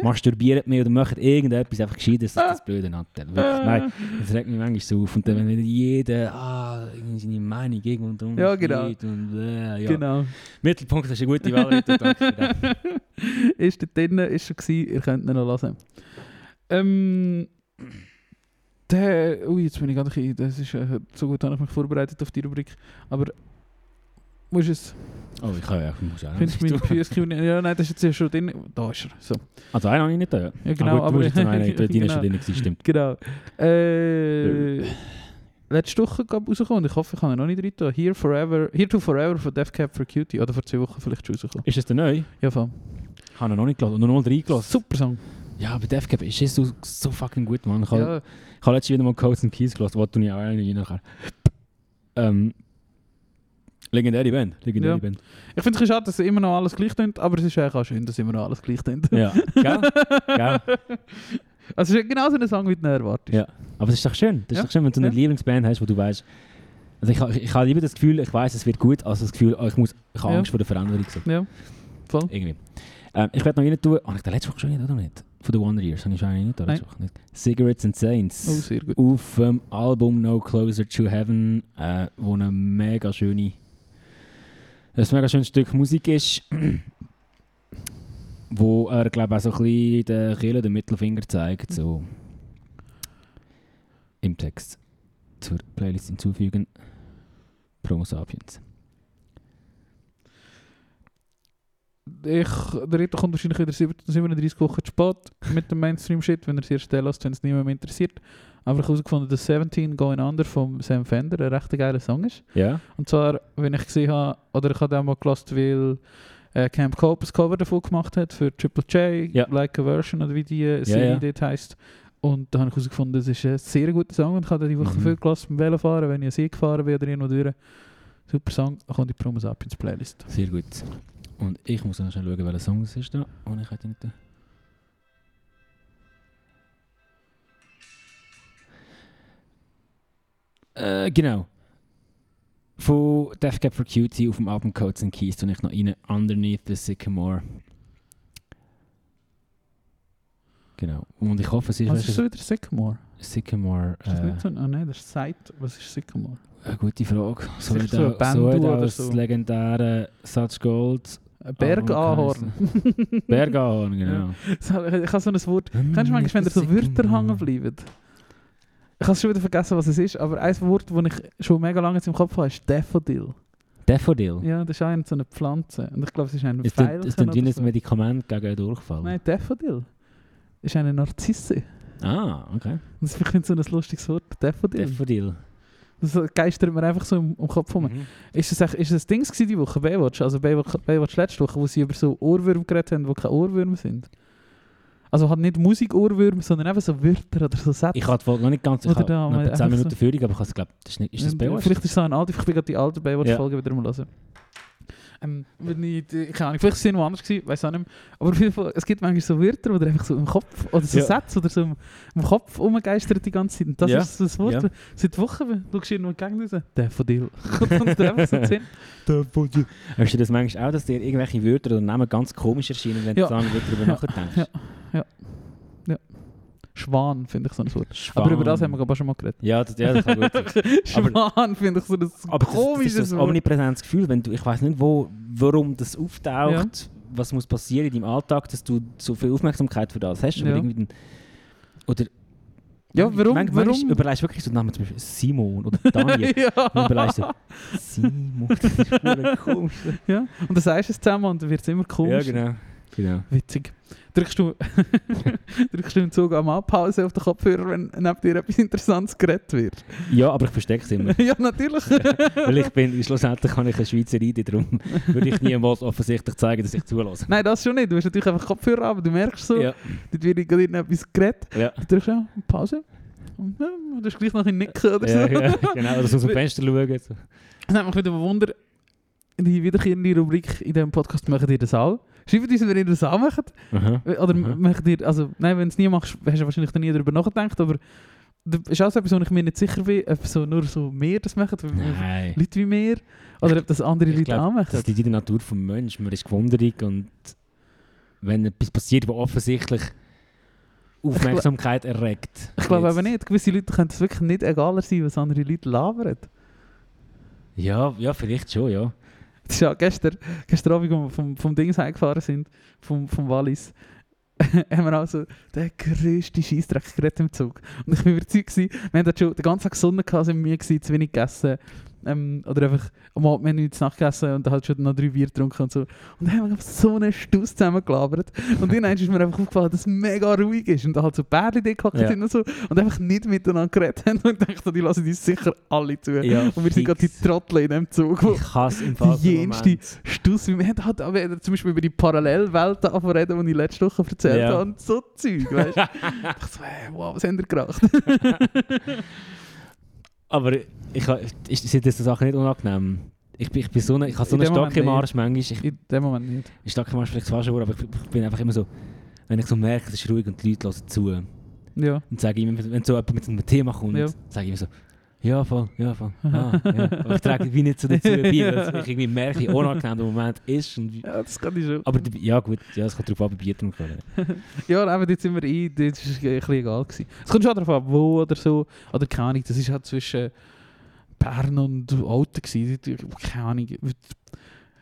Masturbiert mich oder macht irgendetwas einfach gescheites als das blöde Nattel. Wirklich, nein, das regt mich manchmal so auf. Und dann, wenn wieder jeder ah, irgendwie seine Meinung gegen und um Ja, genau. und äh, ja. Genau. Mittelpunkt ist eine gute Wahl, Reto, danke für das. ist dort drin, ist schon gewesen, ihr könnt ihn noch hören. Ähm, der, ui, jetzt bin ich gerade ein bisschen, das ist, äh, so gut habe ich mich vorbereitet auf die Rubrik, aber muss es, Oh, ich kann ja, ich muss ja auch findest du nicht meine tun. PSQ nicht, ja nein, das ist jetzt ja schon drin, da ist er, so, Also einen habe ich nicht da. ja genau, aber, aber... Gut, du musst jetzt noch einen, deiner ist schon drin, gewesen, stimmt. genau, äh, letzte Woche glaub ich, rausgekommen, und ich hoffe, ich habe ihn noch nicht drin tun, Here Forever, Here to Forever von Death Cab for Cutie, oder vor zwei Wochen vielleicht schon rausgekommen, Ist es denn neu? ja voll, Ich habe ihn noch nicht gelassen. Nur noch mal reingelassen. super Song, Ja, aber Def Cab ist so, so fucking gut, Mann. Ich habe ja, Ich habe letztens wieder mal Codes and Keys gelassen, wo du nicht auch einen nachher. Ähm, legendäre Band. Legendäre Ja. Band. Ich finde es schade, dass immer noch alles gleich tönt, aber es ist eigentlich auch schön, dass immer noch alles gleich tönt. Ja. Gell? Gell? Also es ist genau so ein Song, wie du ihn erwartest. Ja. Aber es ist doch schön. Das ist Ja. doch schön, wenn du eine Ja. Lieblingsband hast, wo du weißt. Also ich, ha- ich, ich habe lieber das Gefühl, ich weiß, es wird gut, als das Gefühl, oh, ich, muss, ich habe Ja. Angst vor der Veränderung. So. Ja, voll. Irgendwie. Ähm, ich werde noch rein tun. Habe ich den letzte Woche schon nicht, oder nicht? Von The Wonder Years. Habe ich schon einen rein tun, letzte Woche nicht. Cigarettes and Saints. Oh, sehr gut. auf dem Album No Closer to Heaven, äh, wo eine mega schöne, ein mega schönes Stück Musik ist, wo er glaube auch so ein bisschen den Kirche den Mittelfinger zeigt, so im Text zur Playlist hinzufügen. Promo Sapiens. Ich, der Ritter kommt wahrscheinlich wieder 37 37 Wochen zu spät mit dem Mainstream-Shit, wenn er es erst lässt, wenn es niemandem interessiert. Aber ich habe herausgefunden, dass 17 Going Under von Sam Fender ein recht geiler Song ist. Ja? Und zwar, wenn ich gesehen habe, oder ich habe den mal gelassen, weil äh, Camp Cope ein Cover davon gemacht hat für Triple J, Ja. Like a Version oder wie die äh, Serie ja. dort heisst. Und da habe ich herausgefunden, das ist ein sehr guter Song und ich habe den die Woche Mhm. viel gelassen beim Velofahren, wenn ich an See gefahren bin oder irgendwo durch. Super Song, dann kommt die Promos ab ins Playlist. Sehr gut. Und ich muss noch schnell schauen, welcher Song es ist da. Und ich hätte nicht. da- Äh, genau. Von Death Cab for Cutie auf dem Album Codes and Keys tue ich noch rein. Underneath the Sycamore. Genau. Und ich hoffe, es ist, Was ist weißt du, so wieder Sycamore? Sycamore. Ist das äh, nicht so? Ah nein, das ist Sight. Was ist Sycamore? eine gute Frage. So Sicher hat so eine auch so Bandu hat oder auch das so. legendäre Such Gold Ein oh, Bergahorn. Bergahorn, genau. So, ich- ich habe so ein Wort. Kennst du manchmal, wenn da Hm, so Wörter hängen bleiben? Ich habe schon wieder vergessen, was es ist, aber ein Wort, das ich schon mega lange jetzt im Kopf habe, ist Daffodil. Daffodil? Ja, das ist auch so eine Pflanze. Und ich glaube, es ist ein Ist Veilchen das ist das wie oder ein so. Medikament gegen einen Durchfall? Nein, Daffodil ist eine Narzisse. Ah, okay. Und das finde ich so ein lustiges Wort, Daffodil. Daffodil. Das geistert mir einfach so im, im Kopf rum. Mhm. Ist das, echt- ist das Dings gewesen die Woche, Baywatch? Also Baywatch, Baywatch letzte Woche, wo sie über so Ohrwürmer geredet haben, die keine Ohrwürmer sind. Also halt nicht Musik-Ohrwürmer, sondern einfach so Wörter oder so Sätze. Ich habe die Folge noch nicht ganz, ich Oder habe da, noch mal etwa einfach 10 Minuten Führung, aber ich habe glaube, das ist, nicht, ist das Ja, Baywatch? Vielleicht ist es so ein alter, ich bin gerade die alte Baywatch-Folge wieder mal hören. Ähm, wenn ich, ich keine Ahnung, vielleicht ist es irgendwo anders gewesen, weiß auch nicht mehr. Aber auf jeden Fall, es gibt manchmal so Wörter, oder einfach so im Kopf, oder so Ja. Sätze, oder so im, im Kopf rumgeistert die ganze Zeit. Und das Ja. ist so das Wort, Ja. wo- seit Wochen schaust du irgendwo gegen raus, der von dir. Und der einfach so zehn. Daffodil. Hast du das manchmal auch, dass dir irgendwelche Wörter oder Namen ganz komisch erscheinen, wenn Ja. du lange darüber nachdenkst? Ja. Schwan finde ich so ein Wort. Schwan. Aber über das haben wir glaube ich schon mal geredet. Ja, das, ja, das kann gut sein. Schwan finde ich so ein Aber das, komisches das ist so ein Wort. omnipräsentes Gefühl, wenn du, ich weiß nicht, wo, warum das auftaucht, was muss passieren in deinem Alltag, dass du so viel Aufmerksamkeit für das hast. Ja. Oder, irgendwie den, oder Ja, warum- Manchmal, manchmal warum- überlegst du wirklich so den Namen, zum Beispiel Simon oder Daniel. Und überlegst du, Simon, das ist verdammt komisch. ja. Und dann sagst du es zusammen und dann wird es immer komisch. genau. genau. Witzig. Drückst du, drückst du im Zug am Abpause auf den Kopfhörer, wenn neben dir etwas Interessantes geredet wird? Ja, aber ich verstecke es immer. ja, natürlich. Weil ich bin, schlussendlich kann ich eine Schweizer ID, darum würde ich niemals offensichtlich zeigen, dass ich zulasse. Nein, das schon nicht. Du hast natürlich einfach Kopfhörer aber du merkst so, Ja, dort wird gerade irgendetwas geredet. ja. Dann drückst du ja, Pause. Und ja, dus du hast gleich noch ein Nicken oder so. ja, ja genau. Oder so aus dem Fenster schauen. So. Es nimmt mich wieder Wunder, die wiederkehrende Rubrik in diesem Podcast «Macht ihr das auch?» Schreibt uns, wenn ihr das auch macht. Aha. Oder Mhm. macht ihr, also nein, wenn du es nie machst, hast du wahrscheinlich noch nie darüber nachgedacht, aber das ist auch so etwas, wo ich mir nicht sicher bin, ob so nur so mehr das machen, weil Nein. Leute wie mir, oder ob das andere Ich Leute glaub, auch machen. Das liegt in der Natur des Menschen. Man ist gewunderig und wenn etwas passiert, was offensichtlich Aufmerksamkeit erregt. Ich glaube Jetzt. aber nicht. Gewisse Leute können es wirklich nicht egaler sein, was andere Leute labern. Ja, ja, vielleicht schon, ja. Das ist ja gestern, gestern Abend, als wir vom, vom Dings heimgefahren sind, vom, vom Wallis, haben wir also den grössten Scheissdreck geredet im Zug. Und ich war überzeugt, gewesen, wir haben dort schon den ganzen Tag Sonne gehabt, sind müde gewesen, zu wenig gegessen. Ähm, oder einfach am Abend, wir haben nichts nachgegessen und dann halt schon noch drei Bier getrunken und so. Und dann haben wir einfach so einen Stuss zusammengelabert. Und dann ist mir einfach aufgefallen, dass es mega ruhig ist. Und da halt so Bärchen dort Ja. ja. sind und so. Und einfach nicht miteinander geredet haben. Und ich dachte, die lassen uns sicher alle zu. ja Und wir sind gerade die Trottel in diesem Zug, die Ich hasse im Fall Die den jenste- Moment. Stuss, wie wir haben halt auch wieder zum Beispiel über die Parallelwelten angefangen zu reden, die ich letzte Woche erzählt Ja. habe. Und so Zeug, weißt du? ich so, hey, wow, was haben ihr gedacht? Aber ich, ha- ist, sind das Sachen nicht unangenehm? Ich, bin- ich, bin so eine, ich habe so In eine dem Moment starke nicht. Marsch manchmal. Ich, In dem Moment nicht. ich starke Marsch vielleicht falsch, aber ich, ich bin einfach immer so, wenn ich so merke, es ist ruhig und die Leute hören zu. Ja. Und sage ihm, wenn so jemand mit so einem Thema kommt, Ja. sage ich ihm so, ja voll, ja voll. Ah, ja. Aber ich trage wie nicht so dazu bei, weil ich irgendwie merke, wie unangenehm der Moment ist. Und wie, Ja, das kann ich schon. aber d- ja gut, ja, es kommt darauf an, bei Bier trinken. oder? Ja, aber jetzt sind wir ein, das war ein bisschen egal. Gewesen. Es kommt schon darauf an, wo oder so. Oder keine Ahnung, das ist halt zwischen Bern und Alten gewesen. Ich- Keine Ahnung.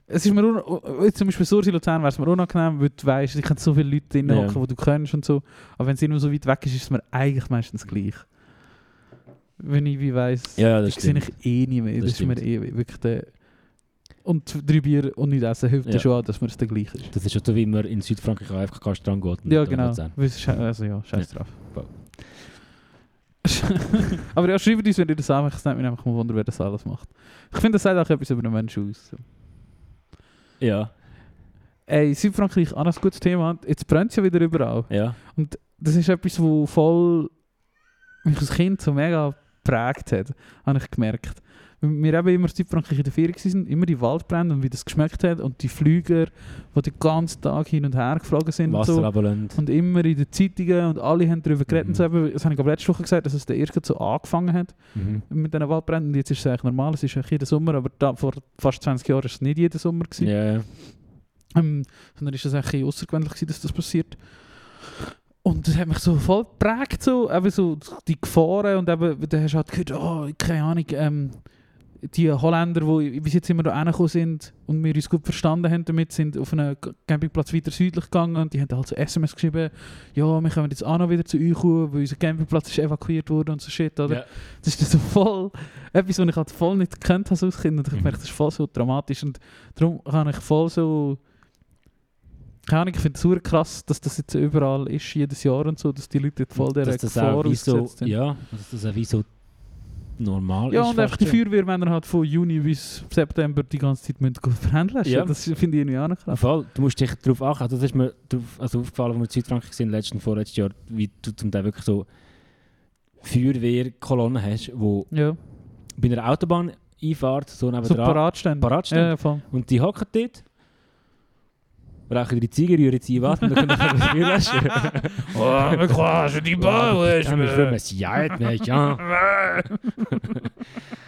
Es ist mir un- jetzt zum Beispiel so in Luzern wäre es mir unangenehm, weil du weißt, ich kann so viele Leute drin Ja. hocken, die du kennst und so. Aber wenn es irgendwo so weit weg ist, ist es mir eigentlich meistens gleich. Wenn ich wie weiss, Ja, ja, das die sehe ich eh nie mehr. Das Das, ist mir eh wirklich der... Und drei Bier und nicht essen hilft Ja. ja. schon auch, dass mir es der gleich ist. Das ist schon so, wie man in Südfrankreich auch einfach Kastran geht. und Ja, dann genau. wird's auch. Weil es sche- Also ja, scheiß drauf. Wow. Aber ja, schreibt uns, wenn ihr das anmacht. Es nimmt mich einfach mal Wunder, wer das alles macht. Ich finde, das sagt auch etwas über einen Menschen aus. Ja, Ey, Südfrankreich, auch noch ein gutes Thema. Jetzt brennt es ja wieder überall. ja. Das ist etwas, wo voll mich als Kind so mega geprägt hat, habe ich gemerkt. Wir haben immer in Südfrankreich in der Ferien gewesen, immer die Waldbrände und wie das geschmeckt hat und die Flüger, die den ganzen Tag hin und her geflogen sind. und so. Wasserabelend. Und immer in den Zeitungen und alle haben darüber geredet. Mhm. und so eben, Das habe ich glaub letzte Woche gesagt, dass es der erste so angefangen hat Mhm. mit diesen Waldbränden. Und jetzt ist es eigentlich normal, es ist eigentlich jeden Sommer, aber da, vor fast 20 Jahren war es nicht jeden Sommer. Gewesen. Ja, ja. Ähm, sondern ist es eigentlich außergewöhnlich, gewesen, dass das passiert. Und das hat mich so voll geprägt, so, eben so die Gefahren und eben, da hast du halt gehört, oh, keine Ahnung, ähm, die Holländer, die bis jetzt immer da hergekommen sind und wir uns gut verstanden haben damit, sind auf einen G- Campingplatz weiter südlich gegangen und die haben halt so SMS geschrieben, ja, wir kommen jetzt auch noch wieder zu euch, kommen, weil unser Campingplatz ist evakuiert worden und so shit, oder? Ja. Das ist dann so voll etwas, was ich halt voll nicht gekannt habe als Kind. Und ich Mhm. merke, das ist voll so dramatisch. Und darum kann ich voll so. Keine Ahnung, ich finde es super krass, dass das jetzt überall ist, jedes Jahr und so, dass die Leute jetzt voll der dass das auch Gefahr wie so, ausgesetzt sind. ja, dass das auch wie so normal Ja, ist. und einfach fast die schon. Feuerwehrmänner halt von Juni bis September die ganze Zeit müssen gut verhandeln. Ja. Das finde ich irgendwie auch noch Im krass. Fall, du musst dich darauf achten. Also Das ist mir drauf, also aufgefallen, als wir in Südfrankreich sind, letzten vorletztes Jahr, wie du zum Teil wirklich so Feuerwehrkolonnen hast, wo Ja, bei einer Autobahn einfahrt, so so nebenan parat stehen. parat steht. Ja, ja, voll. Und die hocken dort, rauchen ihre Ziege, rühren sie ein, warten und dann können sie Feuer löschen. Oh, mais quoi, je dis Ja, aber dann ist für mich Sicherheit nicht, ja.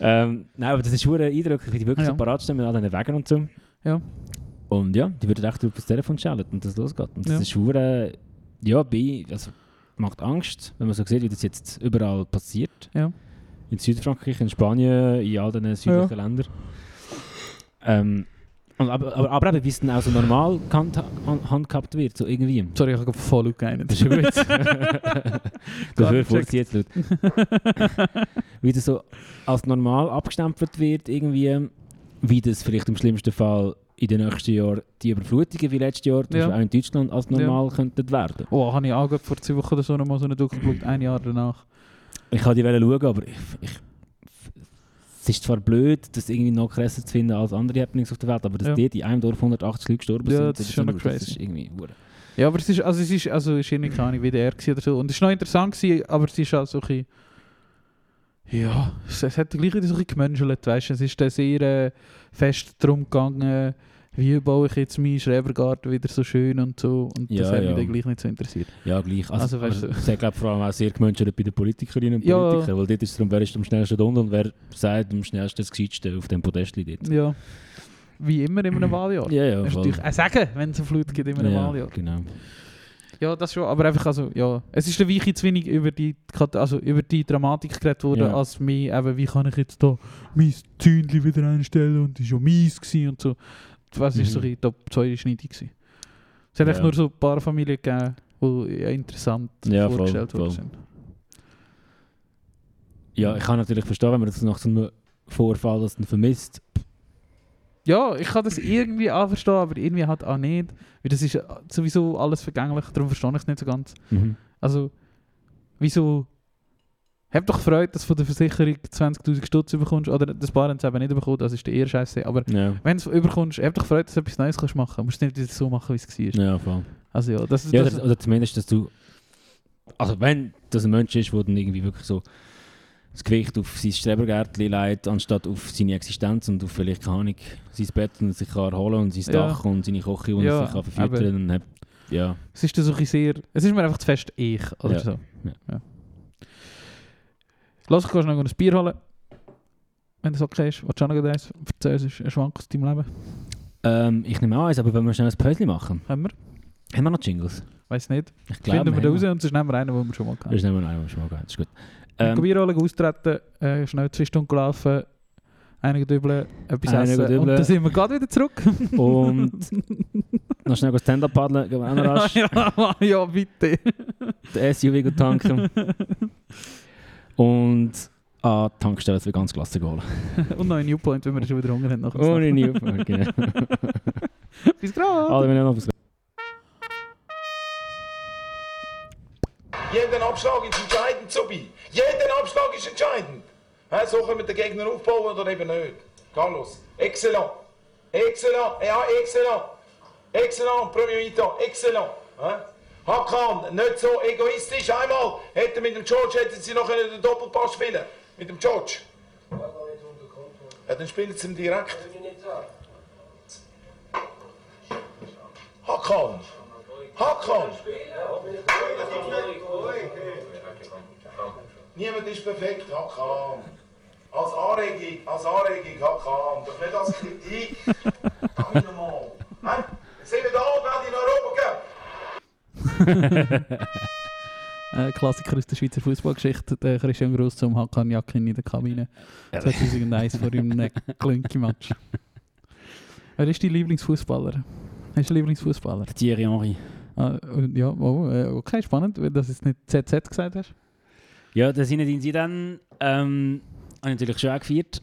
ähm, nein, aber das ist hure eindrücklich, wie die wirklich Ja. so parat stehen mit all diesen Wegen und so. Ja. Und ja, die würden echt auf das Telefon schellen und das losgeht. Und das Ja. ist hure, ja, bei, also macht Angst, wenn man so sieht, wie das jetzt überall passiert. Ja. In Südfrankreich, in Spanien, in all diesen südlichen Ländern. Ähm, und aber, aber, aber eben, wie es dann auch so normal gehandha- hand- handhabt wird, so irgendwie. Sorry, ich habe gerade voll aufgeeinigt. Das ist ja gut. Dafür nicht furzt sie jetzt Leute. wie das so als normal abgestempelt wird, irgendwie, wie das vielleicht im schlimmsten Fall in den nächsten Jahren die Überflutungen wie letztes Jahr, zum Ja. Beispiel auch in Deutschland, als normal könnten werden. Oh, habe ich auch gerade vor zwei Wochen oder so nochmal so einen Doku geschaut, ein Jahr danach. Ich kann die Welle schauen, aber ich, ich, es ist zwar blöd, das irgendwie noch krasser zu finden als andere Happenings auf der Welt, aber dass Ja. die in einem Dorf 180 Leute gestorben Ja, sind, das oder ist schon so, noch Das crazy. ist irgendwie hure. Ja, aber es ist, also es ist, also es ist irgendwie keine Ahnung, WDR gewesen oder so. Und es war noch interessant, gewesen, aber es ist auch so ein bisschen, ja, es, es hat gleich wieder so ein bisschen gemenschelt, weißt du. Es ist dann sehr äh, fest darum gegangen, wie baue ich jetzt meinen Schrebergarten wieder so schön und so. Und Ja, das hat ja. mich dann gleich nicht so interessiert. Ja, gleich. Also, Also, weißt also, du- ich glaube vor allem auch sehr gemenschelt bei den Politikerinnen und Ja. Politikern, weil dort ist es darum, wer ist am schnellsten unten und wer sagt am schnellsten das Gescheitste auf dem Podest dort. Ja. wie immer in einem Wahljahr. Ja, ja, Das ist voll. natürlich ein Segen, äh, wenn es eine Flut gibt in einem ja, Wahljahr. Genau. Ja, das schon, aber einfach, also, ja. Es ist ein wenig zu wenig über die, Kat- also, über die Dramatik geredet worden, Ja. als mir eben, wie kann ich jetzt da mein Zündli wieder einstellen und es war ja mies gewesen und so. Was ist so ein Mhm. bisschen top 2 Schneidung gewesen. Es hat Ja. echt nur so ein paar Familien gegeben, die ja interessant Ja, voll, vorgestellt worden voll. sind. Ja, ich kann natürlich verstehen, wenn man das nach so einem Vorfall das dann vermisst. Ja, ich kann das irgendwie auch verstehen, aber irgendwie halt auch nicht. Weil das ist äh, sowieso alles vergänglich, darum verstehe ich es nicht so ganz. Mhm. Also, wieso? Hab doch Freude, dass du von der Versicherung 20.000 Stutz bekommst. Oder das Paar haben sie eben nicht bekommen, das ist der eher Scheiße. Aber Ja. wenn du es bekommst, hab doch Freude, dass du etwas Neues kannst machen kannst. Musst du nicht wieder so machen, wie es war. Ja, voll. Also, ja, das ist. Ja, das, oder, oder zumindest, dass du. Also, wenn das ein Mensch ist, der dann irgendwie wirklich so das Gewicht auf sein Strebergärtchen legt, anstatt auf seine Existenz und auf vielleicht, keine Ahnung, sein Bett und sich kann erholen und sein Ja. Dach und seine Küche und Ja, sich kann verfüttern. Und hat, ja, es ist das so ein bisschen sehr. Es ist mir einfach zu fest ich. Oder Ja, so. ja. Ja. Lass, ich gehst noch ein Bier holen. Wenn das okay ist, was du auch noch eins erzählst, ist ein Schwank aus deinem Leben. ähm, ich nehme auch eins, aber wenn wir schnell ein Päuschen machen, Haben wir? haben wir noch Jingles? Weiß nicht. Ich glaube, Finden wir da haben raus und sonst nehmen wir einen, den wir schon mal wir. kennen. Das nehmen wir einmal schon mal, das ist gut. Ähm, Ähm, Bierrollen austreten, äh, schnell zwei Stunden gelaufen, einige Dübeln, etwas Einige essen und Dübeln. dann sind wir gerade wieder zurück. und noch schnell Stand-Up paddeln, gehen wir auch noch rasch. ja, ja, bitte. den SUV gut tanken. und an die Tankstelle für ganz Klasse holen. und noch ein Newpoint, wenn wir schon wieder Hunger haben. nachher. Ohne Ah, Newport, genau. Bis gerade. Alle, wenn ihr noch was Jeden Abschlag ist entscheidend, Zubi. Jeden Abschlag ist entscheidend. Hä, So können wir den Gegner aufbauen oder eben nicht. Carlos, excellent. Excellent, ja, excellent. Excellent, Premier Vita, excellent. Hä? Hakan, nicht so egoistisch. Einmal hätte mit dem George hätten sie noch einen Doppelpass spielen Mit dem George. Ja, dann spielen sie ihn direkt. Hakan. Hakan. Niemand ist perfekt, ja komm. Als Anregung, als Anregung, ja komm. Doch nicht als Kritik. Komm mal. Hä? Sind wir da oben, wenn die in Europa gehen? Äh, Klassiker aus der Schweizer Fußballgeschichte. Der Christian Gross zum Hakan Jakin in der Kabine. 2001 vor einem Klünki-Match. Wer ist dein Lieblingsfußballer? Hast du einen Lieblingsfußballer? Thierry Henry. Ah, äh, ja, oh, äh, okay, spannend, wenn du das jetzt nicht ZZ gesagt hast. Ja, das Zinedine Zidane ähm, habe ich natürlich schon auch gefeiert.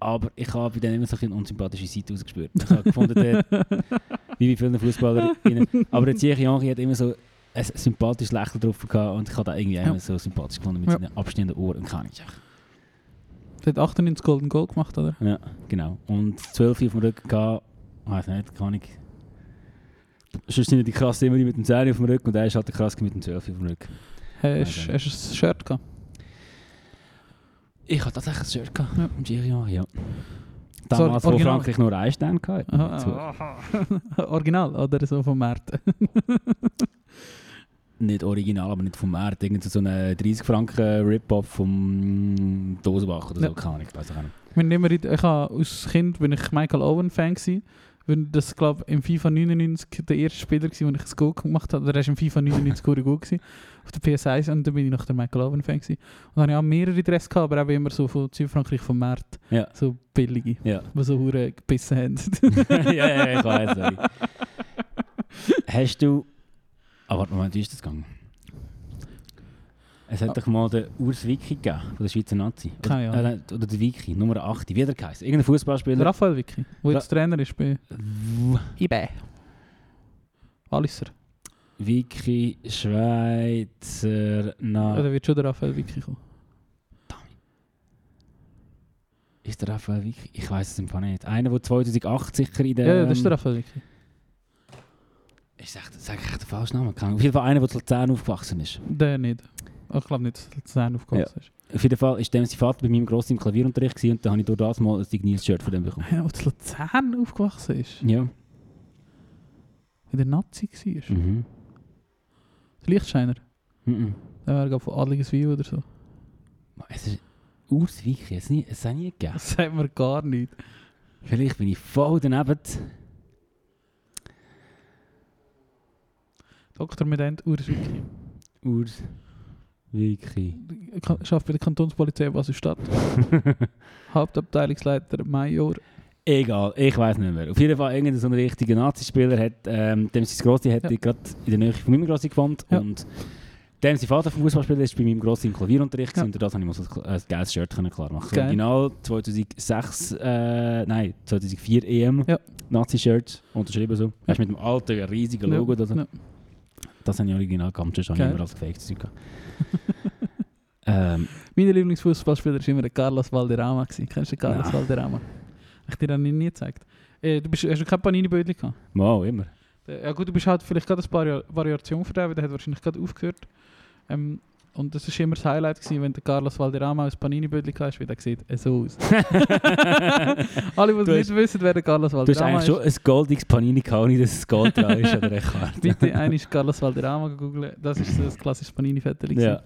Aber ich habe bei denen immer so ein bisschen eine unsympathische Seite ausgespürt. Ich habe gefunden, der, wie bei vielen Fußballerinnen. Aber der Thierry Henry hat immer so ein sympathisches Lächeln drauf gehabt und ich habe da irgendwie auch immer so sympathisch gefunden mit Ja. seinen abstehenden Ohren und kann ich. Der hat 98 Golden Goal gemacht, oder? Ja, genau. Und 12 auf dem Rücken gehabt, weiß nicht, kann ich. Sonst sind ja die krass immer die mit dem 10 auf dem Rücken und er ist halt der krass mit dem 12 auf dem Rücken. Hey, Nein, Hast dann- hast du ein Shirt gehabt? Ich hatte tatsächlich ein Shirt gehabt. Ja. Im Giro, ja. Sorry, Damals, wo original. Frankreich nur einen Stern hatte. Aha. Oh. Original, Oh, oder so von Märten. Nicht original, aber nicht vom Markt. Irgend so einen 30 Franken Rip-Off vom Dosenbach oder so. Ja. Keine Ahnung, weiß ich auch nicht. Ich bin immer in- ich habe als Kind bin ich Michael Owen Fan gsi. Bin das glaube im FIFA 99 der erste Spieler gsi, wo ich ein Goal gemacht habe. Der ist im FIFA 99 sehr gut gsi auf der PS1 und dann bin ich noch der Michael Owen Fan gsi. Und dann habe ich auch mehrere Dress gehabt, aber eben immer so von Südfrankreich von Märt, Ja. so billige, Ja. die so hure gebissen haben. ja, ja, ja, ich weiß, sorry. Hast du. Aber warte, Moment, wie ist das gegangen? Es Ah. hat doch mal den Urs Wiki gegeben, von der Schweizer Nazi. Oder- Keine Ahnung. Äh, oder der Wiki, Nummer 8, wie hat er geheißen? Irgendein Fußballspieler. Raphael Vicky, wo jetzt Trainer ist bei W- IB. Walliser. Wiki, Schweizer Nazi. Oder wird schon der Raphael Vicky kommen? Ist der Raphael Wiki? Ich weiß es im Fall nicht. Einer, der 2008 sicher in der. Ja, ja, das ist der ähm, Raphael Vicky. Ich sage sag echt den falschen Namen. Keine Ahnung. Auf jeden Fall einer, der zu Luzern aufgewachsen ist. Der nicht. Ich glaube nicht, dass das Zahn aufgehört ist. Auf jeden Fall war dem sein Vater bei meinem Grossen im Klavierunterricht gewesen und dann habe ich durch das mal ein Digniles Shirt von dem bekommen. Ja, als Luzern aufgewachsen ist. Ja. Wie der Nazi war. Mhm. Der Lichtscheiner. Mhm. Der wäre glaub, von Adligeswil oder so. Es ist Urs Wiki, es, nie, es hat nie gegeben. Das sagt mir gar nicht. Vielleicht bin ich voll daneben. Doktor mit End Urswiki. Ur. Wirklich. Schafft bei der Kantonspolizei Basel-Stadt. Hauptabteilungsleiter Major. Egal, ich weiß nicht mehr. Auf jeden Fall, irgendein so ein richtiger Nazi-Spieler hat, ähm, dem sein Grossi hat Ja. gerade in der Nähe von meinem Grossi gewohnt Ja. und dem sein Vater vom Fußballspieler ist bei meinem Grossi im Klavierunterricht Ja. ja. und durch das habe ich mal so ein kle- ein geiles Shirt können klar machen. Geil. Original 2006, äh, nein, 2004 EM, Ja. Nazi-Shirt, unterschrieben so. Weißt, mit dem alten, riesigen Logo. Das, Ja. das habe ich original gehabt, sonst habe ich Geil. immer als gefaktes Zeug gehabt. ähm, Mein Lieblingsfußballspieler war immer der Carlos Valderrama. Gewesen. Kennst du den Carlos Nein. Valderrama? Ich dir den nie gezeigt. Äh, du bist, hast du keine Panini-Bödel gehabt? wow, immer. Der- Ja gut, du bist halt vielleicht gerade ein paar Jahr Variation von dem, weil der hat wahrscheinlich gerade aufgehört. Ähm, und das war immer das Highlight, gewesen, wenn der Carlos Valderrama aus Panini-Bödel hast, weil der sieht äh, so aus. Alle, die es Du nicht hast- wissen, wer der Carlos Du hast Valderrama eigentlich schon ist, ein goldiges Panini gehabt, ohne dass es Gold dran ist oder eine Karte. bitte einmal Carlos Valderrama googeln. Das ist so ein klassisches Panini-Vettel. gewesen. Ja.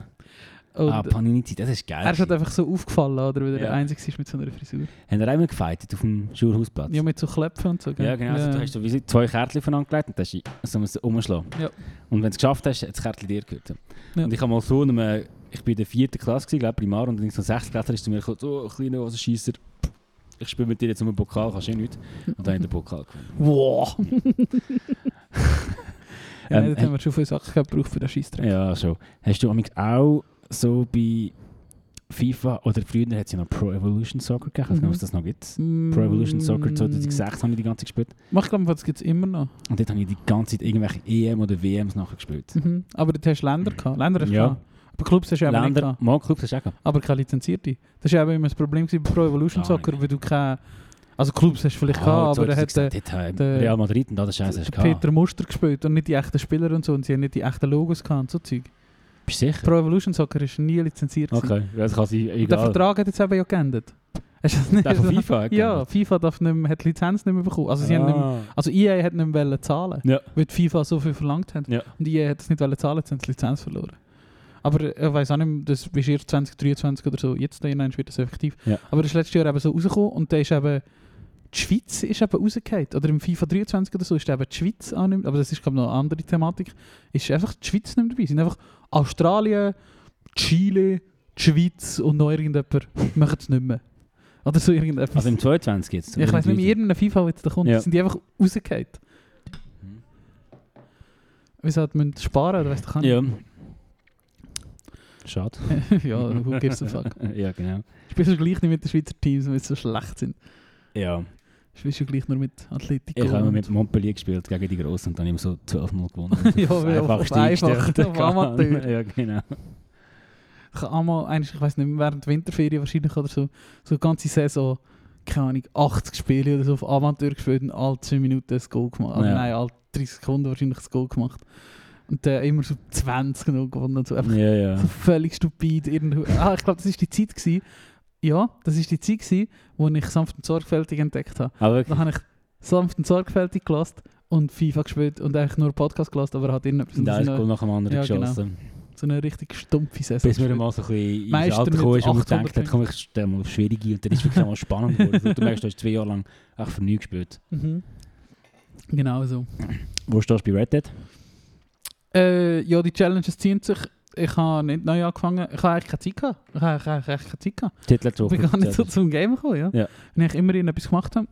Und ah, Panini-Zeit, das ist geil. er ist halt einfach so aufgefallen, oder? Weil er Ja. der Einzige ist mit so einer Frisur. Haben wir einmal gefightet auf dem Schulhausplatz? Ja, mit so Kläpfen und so. gell? Ja, genau. Also, du hast so wie so zwei Kärtchen voneinander gelegt und hast so musst du umschlagen. Ja. Und wenn du es geschafft hast, hat das Kärtchen dir gehört. Ja. Und ich habe mal so, in einem, ich bin in der vierten Klasse, gewesen, glaube Primar, und dann so ein Sechstklässler ist zu mir gekommen, so, oh, kleiner Hosenscheisser, ich spiele mit dir jetzt um einen Pokal, kannst du eh nichts. Und dann habe ich den Pokal gewonnen. Wow! ja, Ähm, nee, das haben wir schon viele Sachen gehabt, gebraucht für den Scheissdreck. Ja, schon. Hast du amigs auch so bei FIFA, oder früher hat es ja noch Pro Evolution Soccer gegeben, ich weiß nicht, ob es Mhm. das noch gibt. Mm, Pro Evolution Soccer 2006 habe ich die ganze Zeit gespielt. Mach, glaub Ich glaube, das gibt es immer noch. Und dort habe ich die ganze Zeit irgendwelche EM oder WMs nachher gespielt. Mhm. Aber dort hast du Länder gehabt. Länder hast du Ja. gehabt. Aber Clubs hast du eben nicht Länder, gehabt. Mallclubs hast du auch gehabt. Aber keine lizenzierte. Das war eben immer das Problem gewesen bei Pro Evolution Gar Soccer, nicht. weil du keine... Also Clubs hast du vielleicht gehabt, aber er hat äh, hat der- Real Madrid und all das Scheiße hast du gehabt. Peter Muster gespielt und nicht die echten Spieler und so und sie haben nicht die echten Logos gehabt und so Zeug. Bist du sicher? Pro Evolution Soccer ist nie lizenziert. gewesen. Okay, ja, das kann sein, Und der egal. Vertrag hat jetzt eben ja geändert. Hast du das nicht? Der von FIFA? gell? Ja, FIFA darf nicht mehr, hat die Lizenz nicht mehr bekommen. Also, sie haben nicht mehr, Ah. also EA hat nicht mehr wollen zahlen Ja. weil die FIFA so viel verlangt hat. Ja. Und EA hat es nicht wollen zahlen, jetzt haben sie die Lizenz verloren. Aber äh, ich weiß auch nicht, mehr, das ist erst 2023 oder so, jetzt dann wird das effektiv. Ja. Aber das ist letztes Jahr eben so rausgekommen und dann ist eben die Schweiz ist eben rausgefallen. Oder im FIFA 23 oder so ist eben die Schweiz auch nicht mehr, aber das ist glaube ich noch eine andere Thematik, ist einfach die Schweiz nicht mehr dabei. sind einfach Australien, Chile, die Schweiz und noch irgendjemand machen es nicht mehr. Oder so irgendetwas. Also im 22 jetzt. Ja, ich weiß nicht, in irgendeinem FIFA, jetzt da kommt, Ja. sind die einfach rausgefallen. Mhm. Wieso hat man sparen oder weißt du, kann Ja. Schade. ja, who gives a fuck. ja, genau. Spielst du gleich nicht mit den Schweizer Teams, weil sie so schlecht sind. Ja. Spielst du gleich nur mit Atletico. Ich habe immer und- mit Montpellier gespielt gegen die Grossen und dann immer so 12 Mal gewonnen. Ja, weil auf- auf einfach, eingestellte auf Amateur. kann. Ja, genau. Ich habe einmal, eigentlich, ich weiß nicht, mehr, während der Winterferien wahrscheinlich oder so, so eine ganze Saison, keine Ahnung, 80 Spiele oder so auf Amateur gespielt und alle 10 Minuten ein Goal gemacht. Also Ja. nein, alle 30 Sekunden wahrscheinlich ein Goal gemacht. Und dann immer so 20 noch gewonnen und so. Einfach Ja, ja. So völlig stupid. irgendwo- Ah, ich glaube, das war die Zeit. Gewesen. Ja, das war die Zeit, gewesen, wo ich sanft und sorgfältig entdeckt habe. Aber wirklich, Da habe ich sanft und sorgfältig gelassen und FIFA gespielt und eigentlich nur Podcast gelassen, aber hat irgendetwas da ist anderes. Goal So, nach dem anderen Ja, genau. geschossen. eine- so eine richtig stumpfe Saison. Bis wir gespielt. mal so ein bisschen ins Meister Alter mit gekommen ist und man 800 denkt, hat, komm, ich stelle mal auf Schwierige und dann ist es wirklich mal spannend geworden. So, Du merkst, du hast zwei Jahre lang echt für nichts gespielt. Mhm. Genau so. Wo stehst du bei Red Dead? Äh, ja, die Challenges ziehen sich. Ich habe nicht neu angefangen. Ich habe eigentlich keine Zeit gehabt. Ich habe eigentlich echt keine Zeit gehabt. Titel letzte Ich bin gar nicht so zum Game gekommen, ja. Ja. Wenn ich immer irgendetwas gemacht habe.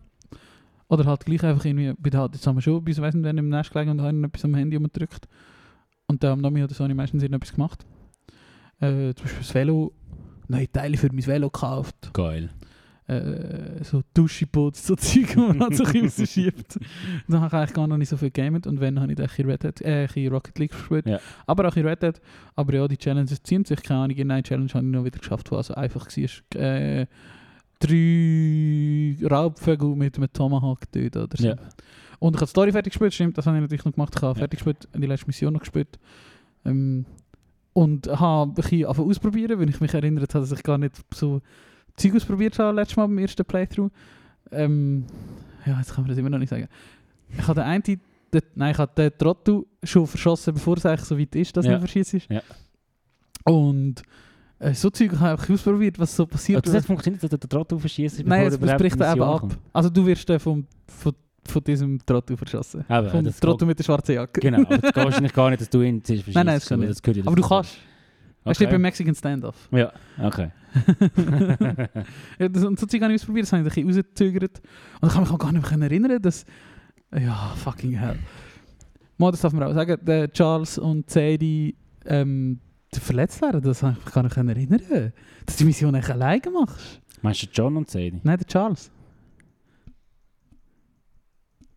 Oder halt gleich einfach irgendwie, bin halt jetzt haben wir schon, bis weiss nicht, wenn im Nest gelegen und habe irgendetwas am Handy umgedrückt. Und dann am Nachmittag oder so habe ich meistens irgendetwas gemacht. Äh, zum Beispiel das Velo, neue Teile für mein Velo gekauft. Geil. Äh, so Dusche putzt, so Zeug, wo man halt so ein bisschen rausschiebt. Dann habe ich eigentlich gar noch nicht so viel gamet und wenn, habe ich dann ein bisschen Red Dead, äh, ein bisschen Rocket League gespielt. Ja. Aber auch in Red Dead. Aber ja, die Challenges ziehen sich. Keine Ahnung, nein, Challenge habe ich noch wieder geschafft, wo also einfach war. Äh, drei Raubvögel mit einem Tomahawk töten oder so. Ja. Und ich habe die Story fertig gespielt, stimmt, das habe ich natürlich noch gemacht. Ich habe Ja. fertig gespielt, die letzte Mission noch gespielt. Ähm, und habe ein bisschen angefangen ausprobieren, weil ich mich erinnert habe, dass ich gar nicht so Zeug ausprobiert habe letztes Mal beim ersten Playthrough. Ähm, ja, jetzt kann man das immer noch nicht sagen. Ich habe den einen, den, nein, ich habe den Trottel schon verschossen, bevor es eigentlich so weit ist, dass Ja. man verschießt ist. Ja. Und Äh, so Zeug habe ich ausprobiert, was so passiert. Also, das hat funktioniert, dass du den Draht aufschießt, bevor Nein, er es es überhaupt bricht in die eben Mission ab. kommt. Also du wirst äh, vom, von, von diesem Trottel verschossen. Eben, vom das Trottel geht- mit der schwarzen Jacke. Genau, aber das geht wahrscheinlich gar nicht, dass du ihn ziehst. um- Nein, nein, das kann aber ich das gehört ja Aber du dazu. kannst. Er steht Okay. beim Mexican Standoff. Ja, okay. ja, das, und so Zeug habe ich ausprobiert, das habe ich ein bisschen rausgezögert. Und ich kann mich auch gar nicht mehr erinnern, dass... Ja, fucking hell. Mal, das darf man auch sagen, der Charles und Sadie ähm, verletzt werden, das habe ich mich gar nicht mehr erinnern Dass du die Mission eigentlich alleine machst. Meinst du John und Sadie? Nein, der Charles.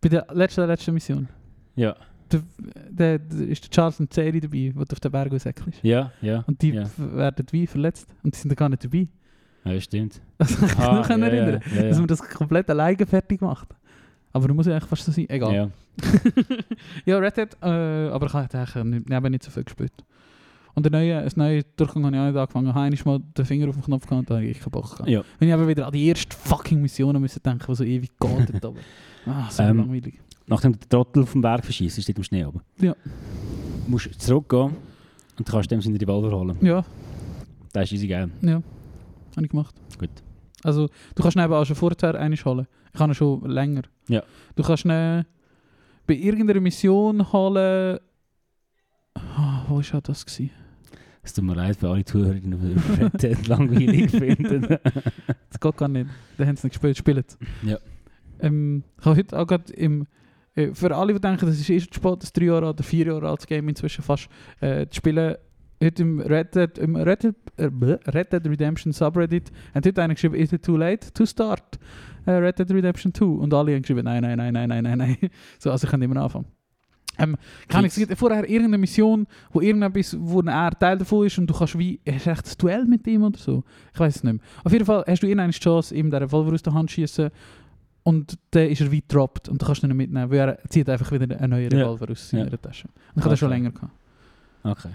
Bei der letzten, der letzten Mission. Ja. Der, der, der ist der Charles und Sadie dabei, die auf den Berg aussäckeln. Ja, ja. Und die Ja, werden wie verletzt und die sind da gar nicht dabei. ja stimmt. Das Ah, kann ich mich noch ja, erinnern. Ja, ja, dass ja. man das komplett alleine fertig macht. Aber da muss ja eigentlich fast so sein. Egal. Ja, Ja. Red Dead, äh, aber ich habe eigentlich nicht, ich habe nicht so viel gespielt. Und der neue, das neue Durchgang habe ich auch nicht angefangen. Ich habe einmal mal den Finger auf den Knopf gehabt und da habe ich keinen Bock gehabt. Ja. Wenn ich aber wieder an die erste fucking Mission müssen denken, die so ewig geht. aber, ah, so Ähm. langweilig. Nachdem du den Trottel auf dem Berg verschießt, steht im Schnee oben. Ja. Musst du zurückgehen und kannst dem seinen Revolver holen. Ja, Das ist easy geil. ja. Habe ich gemacht. Gut. Also, du kannst ihn eben auch schon vorher einen holen. Ich habe ihn schon länger. Ja. Du kannst ihn bei irgendeiner Mission holen. Ah, wo war das? Gewesen? Es tut mir leid für alle Zuhörer, die das Red Dead langweilig finden. Das geht gar nicht. Da haben sie nicht gespielt. Spielt. Ja. Ähm, ich habe heute auch gerade im. Äh, für alle, die denken, das ist erst zu spät, das 3 Jahre oder 4 Jahre altes Game inzwischen fast. Äh, die spielen heute im Red Dead, im Red Dead, äh, bläh, Red Dead Redemption Subreddit. Und heute einer geschrieben, is it too late to start äh, Red Dead Redemption 2? Und alle haben geschrieben, nein, nein, nein, nein, nein, nein, nein. So, also ich kann nicht mehr anfangen. Ähm, kann ich, Nice. es gibt vorher irgendeine Mission, wo irgendetwas, wo er Teil davon ist und du kannst wie, hast du echt ein Duell mit ihm oder so? Ich weiß es nicht mehr. Auf jeden Fall hast du irgendeine Chance, ihm den Revolver aus der Hand zu schießen und dann ist er wie gedroppt und du kannst ihn nicht mitnehmen, weil er zieht einfach wieder einen neuen Ja. Revolver aus seiner Tasche. Und ich habe Okay. das schon länger gehabt. Okay.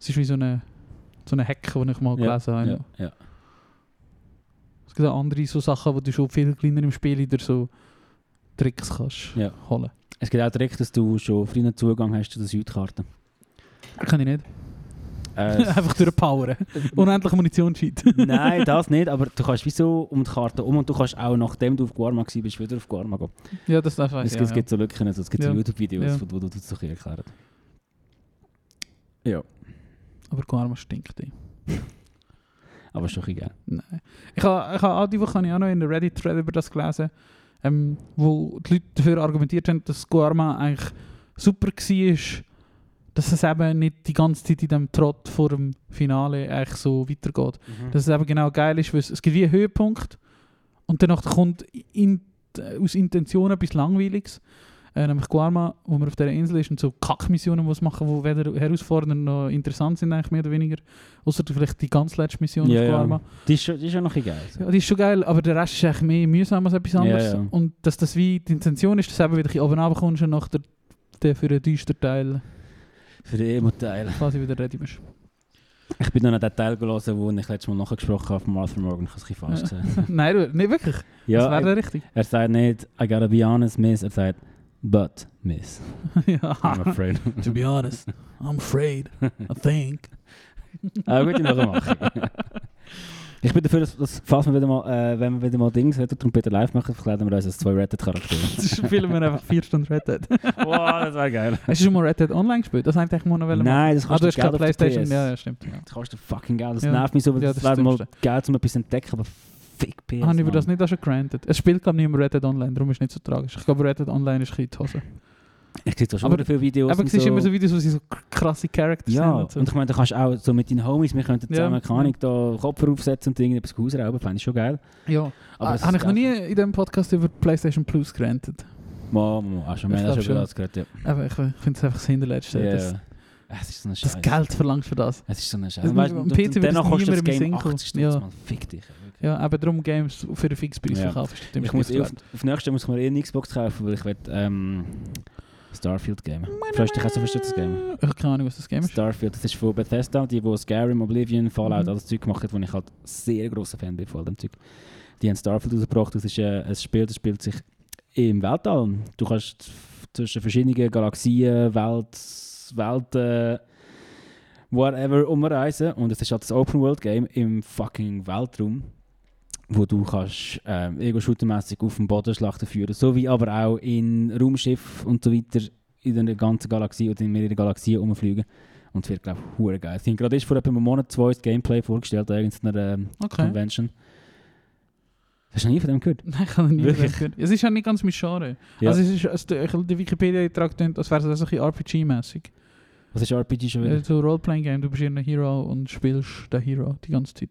Es ist wie so eine, so eine Hecke, die ich mal Ja, gelesen habe. Ja, ja. Es gibt auch andere so Sachen, wo du schon viel kleiner im Spiel wieder so Tricks kannst Ja. holen. Es geht auch direkt, dass du schon freien Zugang hast zu den Südkarten. Kann ich nicht. Äh, einfach durchpowern. Unendlich Munition scheint. Nein, das nicht, aber du kannst wieso um die Karte um und du kannst auch, nachdem du auf Guarma warst, bist, wieder auf Guarma gehen. ja, das darf ich. Es, Ja, gibt- es ja. gibt so Lücken, also es gibt Ja. so YouTube-Videos, Ja. von wo du das so ein bisschen erklärt. Aber Guarma stinkt. Ey. Aber schon ein bisschen geil. Nein. Ich habe ich ha, auch die Woche habe ich auch noch in der Reddit-Thread über das gelesen, ähm, wo die Leute dafür argumentiert haben, dass Guarma eigentlich super war, dass es eben nicht die ganze Zeit in dem Trott vor dem Finale eigentlich so weitergeht. Mhm. Dass es eben genau geil ist, weil es, es gibt wie einen Höhepunkt und danach kommt in, äh, aus Intention etwas Langweiliges. Äh, nämlich Guarma, wo man auf dieser Insel ist und so Kackmissionen muss machen, die weder herausfordernd noch interessant sind, eigentlich mehr oder weniger. Außer vielleicht die ganz letzte Mission Ja, auf ja. Guarma. Das ist schon, das ist schon noch ein bisschen geil. also. so. Ja, die ist schon geil, aber der Rest ist eigentlich mehr mühsam als etwas anderes. Ja, ja. Und dass das wie die Intention ist, dass du eben wieder ein bisschen oben runterkommst und nach der, der für den düsteren Teil Für den Emo-Teil. quasi wieder ready bist. Ich bin noch an den Teil gelesen, wo ich letztes Mal nachgesprochen habe von Martha Morgan. Ich habe es ein bisschen falsch gesehen. Nein, du, nicht wirklich. das Ja, wäre er, der richtig. er sagt nicht, I gotta be honest, miss. Er sagt, but, miss. I'm ja. afraid. To be honest, I'm afraid. I think. Aber Ah, gut, ich nachher machen. Ich bin dafür, dass, dass falls wir wieder mal, äh, wenn wir wieder mal Dings Red Dead Trompete live machen, verkleiden wir uns als zwei Red Dead Charaktere. Das spielen wir einfach vier Stunden Red Dead. wow, das wäre geil. Hast du schon mal Red Dead online gespielt? Das eigentlich mal noch wollen machen. Nein, das Ah, kannst du du hast keine Geld auf der Playstation? PS. Ja, ja, stimmt. Ja. Das kostet fucking Geld. Das Ja. nervt mich so, weil Ja, das, das wäre mal Dümmste. Geld, um etwas zu entdecken, aber fick PS. Habe ich über Mann. das nicht auch schon granted. Es spielt glaube ich niemand Red Dead Online, darum ist es nicht so tragisch. Ich glaube Red Dead Online ist ein bisschen die Hose. Ich sehe zwar schon Aber- wieder viele Videos Aber und du siehst immer so Videos, wo sie so k- krasse Charakter Ja, sind. Und so. und ich meine, du kannst auch so mit deinen Homies, wir könnten Ja. zusammen, keine Ahnung, da Kopf aufsetzen und irgendetwas ausrauben, fände ich schon geil. Ja, Aber aber es Ah, habe ist ich noch nie in diesem Podcast über die PlayStation Plus gerantet. Mal, mal, auch schon, wir Ich haben auch glaub schon über das gehört, ja. Aber ich finde es einfach das Hinterletzte. Ja, dass- ja. Es ist so eine Das, Scheiße. Geld verlangst für das. Es ist so eine Das- Scheiße. Weißt du, am und- PC und würde danach es kostet das niemandem Game in Sinn 80 Stutz, kommen. Ja. Mann. Fick dich. wirklich. Ja, aber darum Games für einen Fixpreis Ja. verkaufen. ist Ich ziemlich muss gut eh auf, wert. auf nächstes Jahr muss ich mir eh eine Xbox kaufen, weil ich will ähm, Starfield gamen. Freust du dich auch so fest auf das Game? Ich habe keine Ahnung, was das Game ist. Starfield, das ist von Bethesda, die, die Skyrim, Oblivion, Fallout, Mhm. all das Zeug gemacht hat, wo ich halt sehr grosser Fan bin von all dem Zeug. Die haben Starfield rausgebracht, das ist äh, ein Spiel, das spielt sich im Weltall. Du kannst f- zwischen verschiedenen Galaxien, Welt, Welten, whatever umreisen. Und es ist halt das Open-World-Game im fucking Weltraum, wo du kannst ähm, ego-shootermässig auf dem Boden Schlachten führen, sowie aber auch in Raumschiff und so weiter in der ganzen Galaxie oder in mehreren Galaxien rumfliegen. Und es wird, glaube ich, hure geil. Ich habe gerade erst vor etwa einem Monat zwei das Gameplay vorgestellt, eigentlich in einer ähm, Okay. Convention. Hast du noch nie von dem gehört? Nein, ich habe nie Wirklich? gehört. Es ist ja nicht ganz mein Genre. Ja. Also es ist, also der, der Wikipedia-Eintrag klingt, als wäre es so ein bisschen RPG-mäßig. Was ist RPG schon wieder? Äh, So Roleplaying-Game, du bist ein Hero und spielst den Hero die ganze Zeit.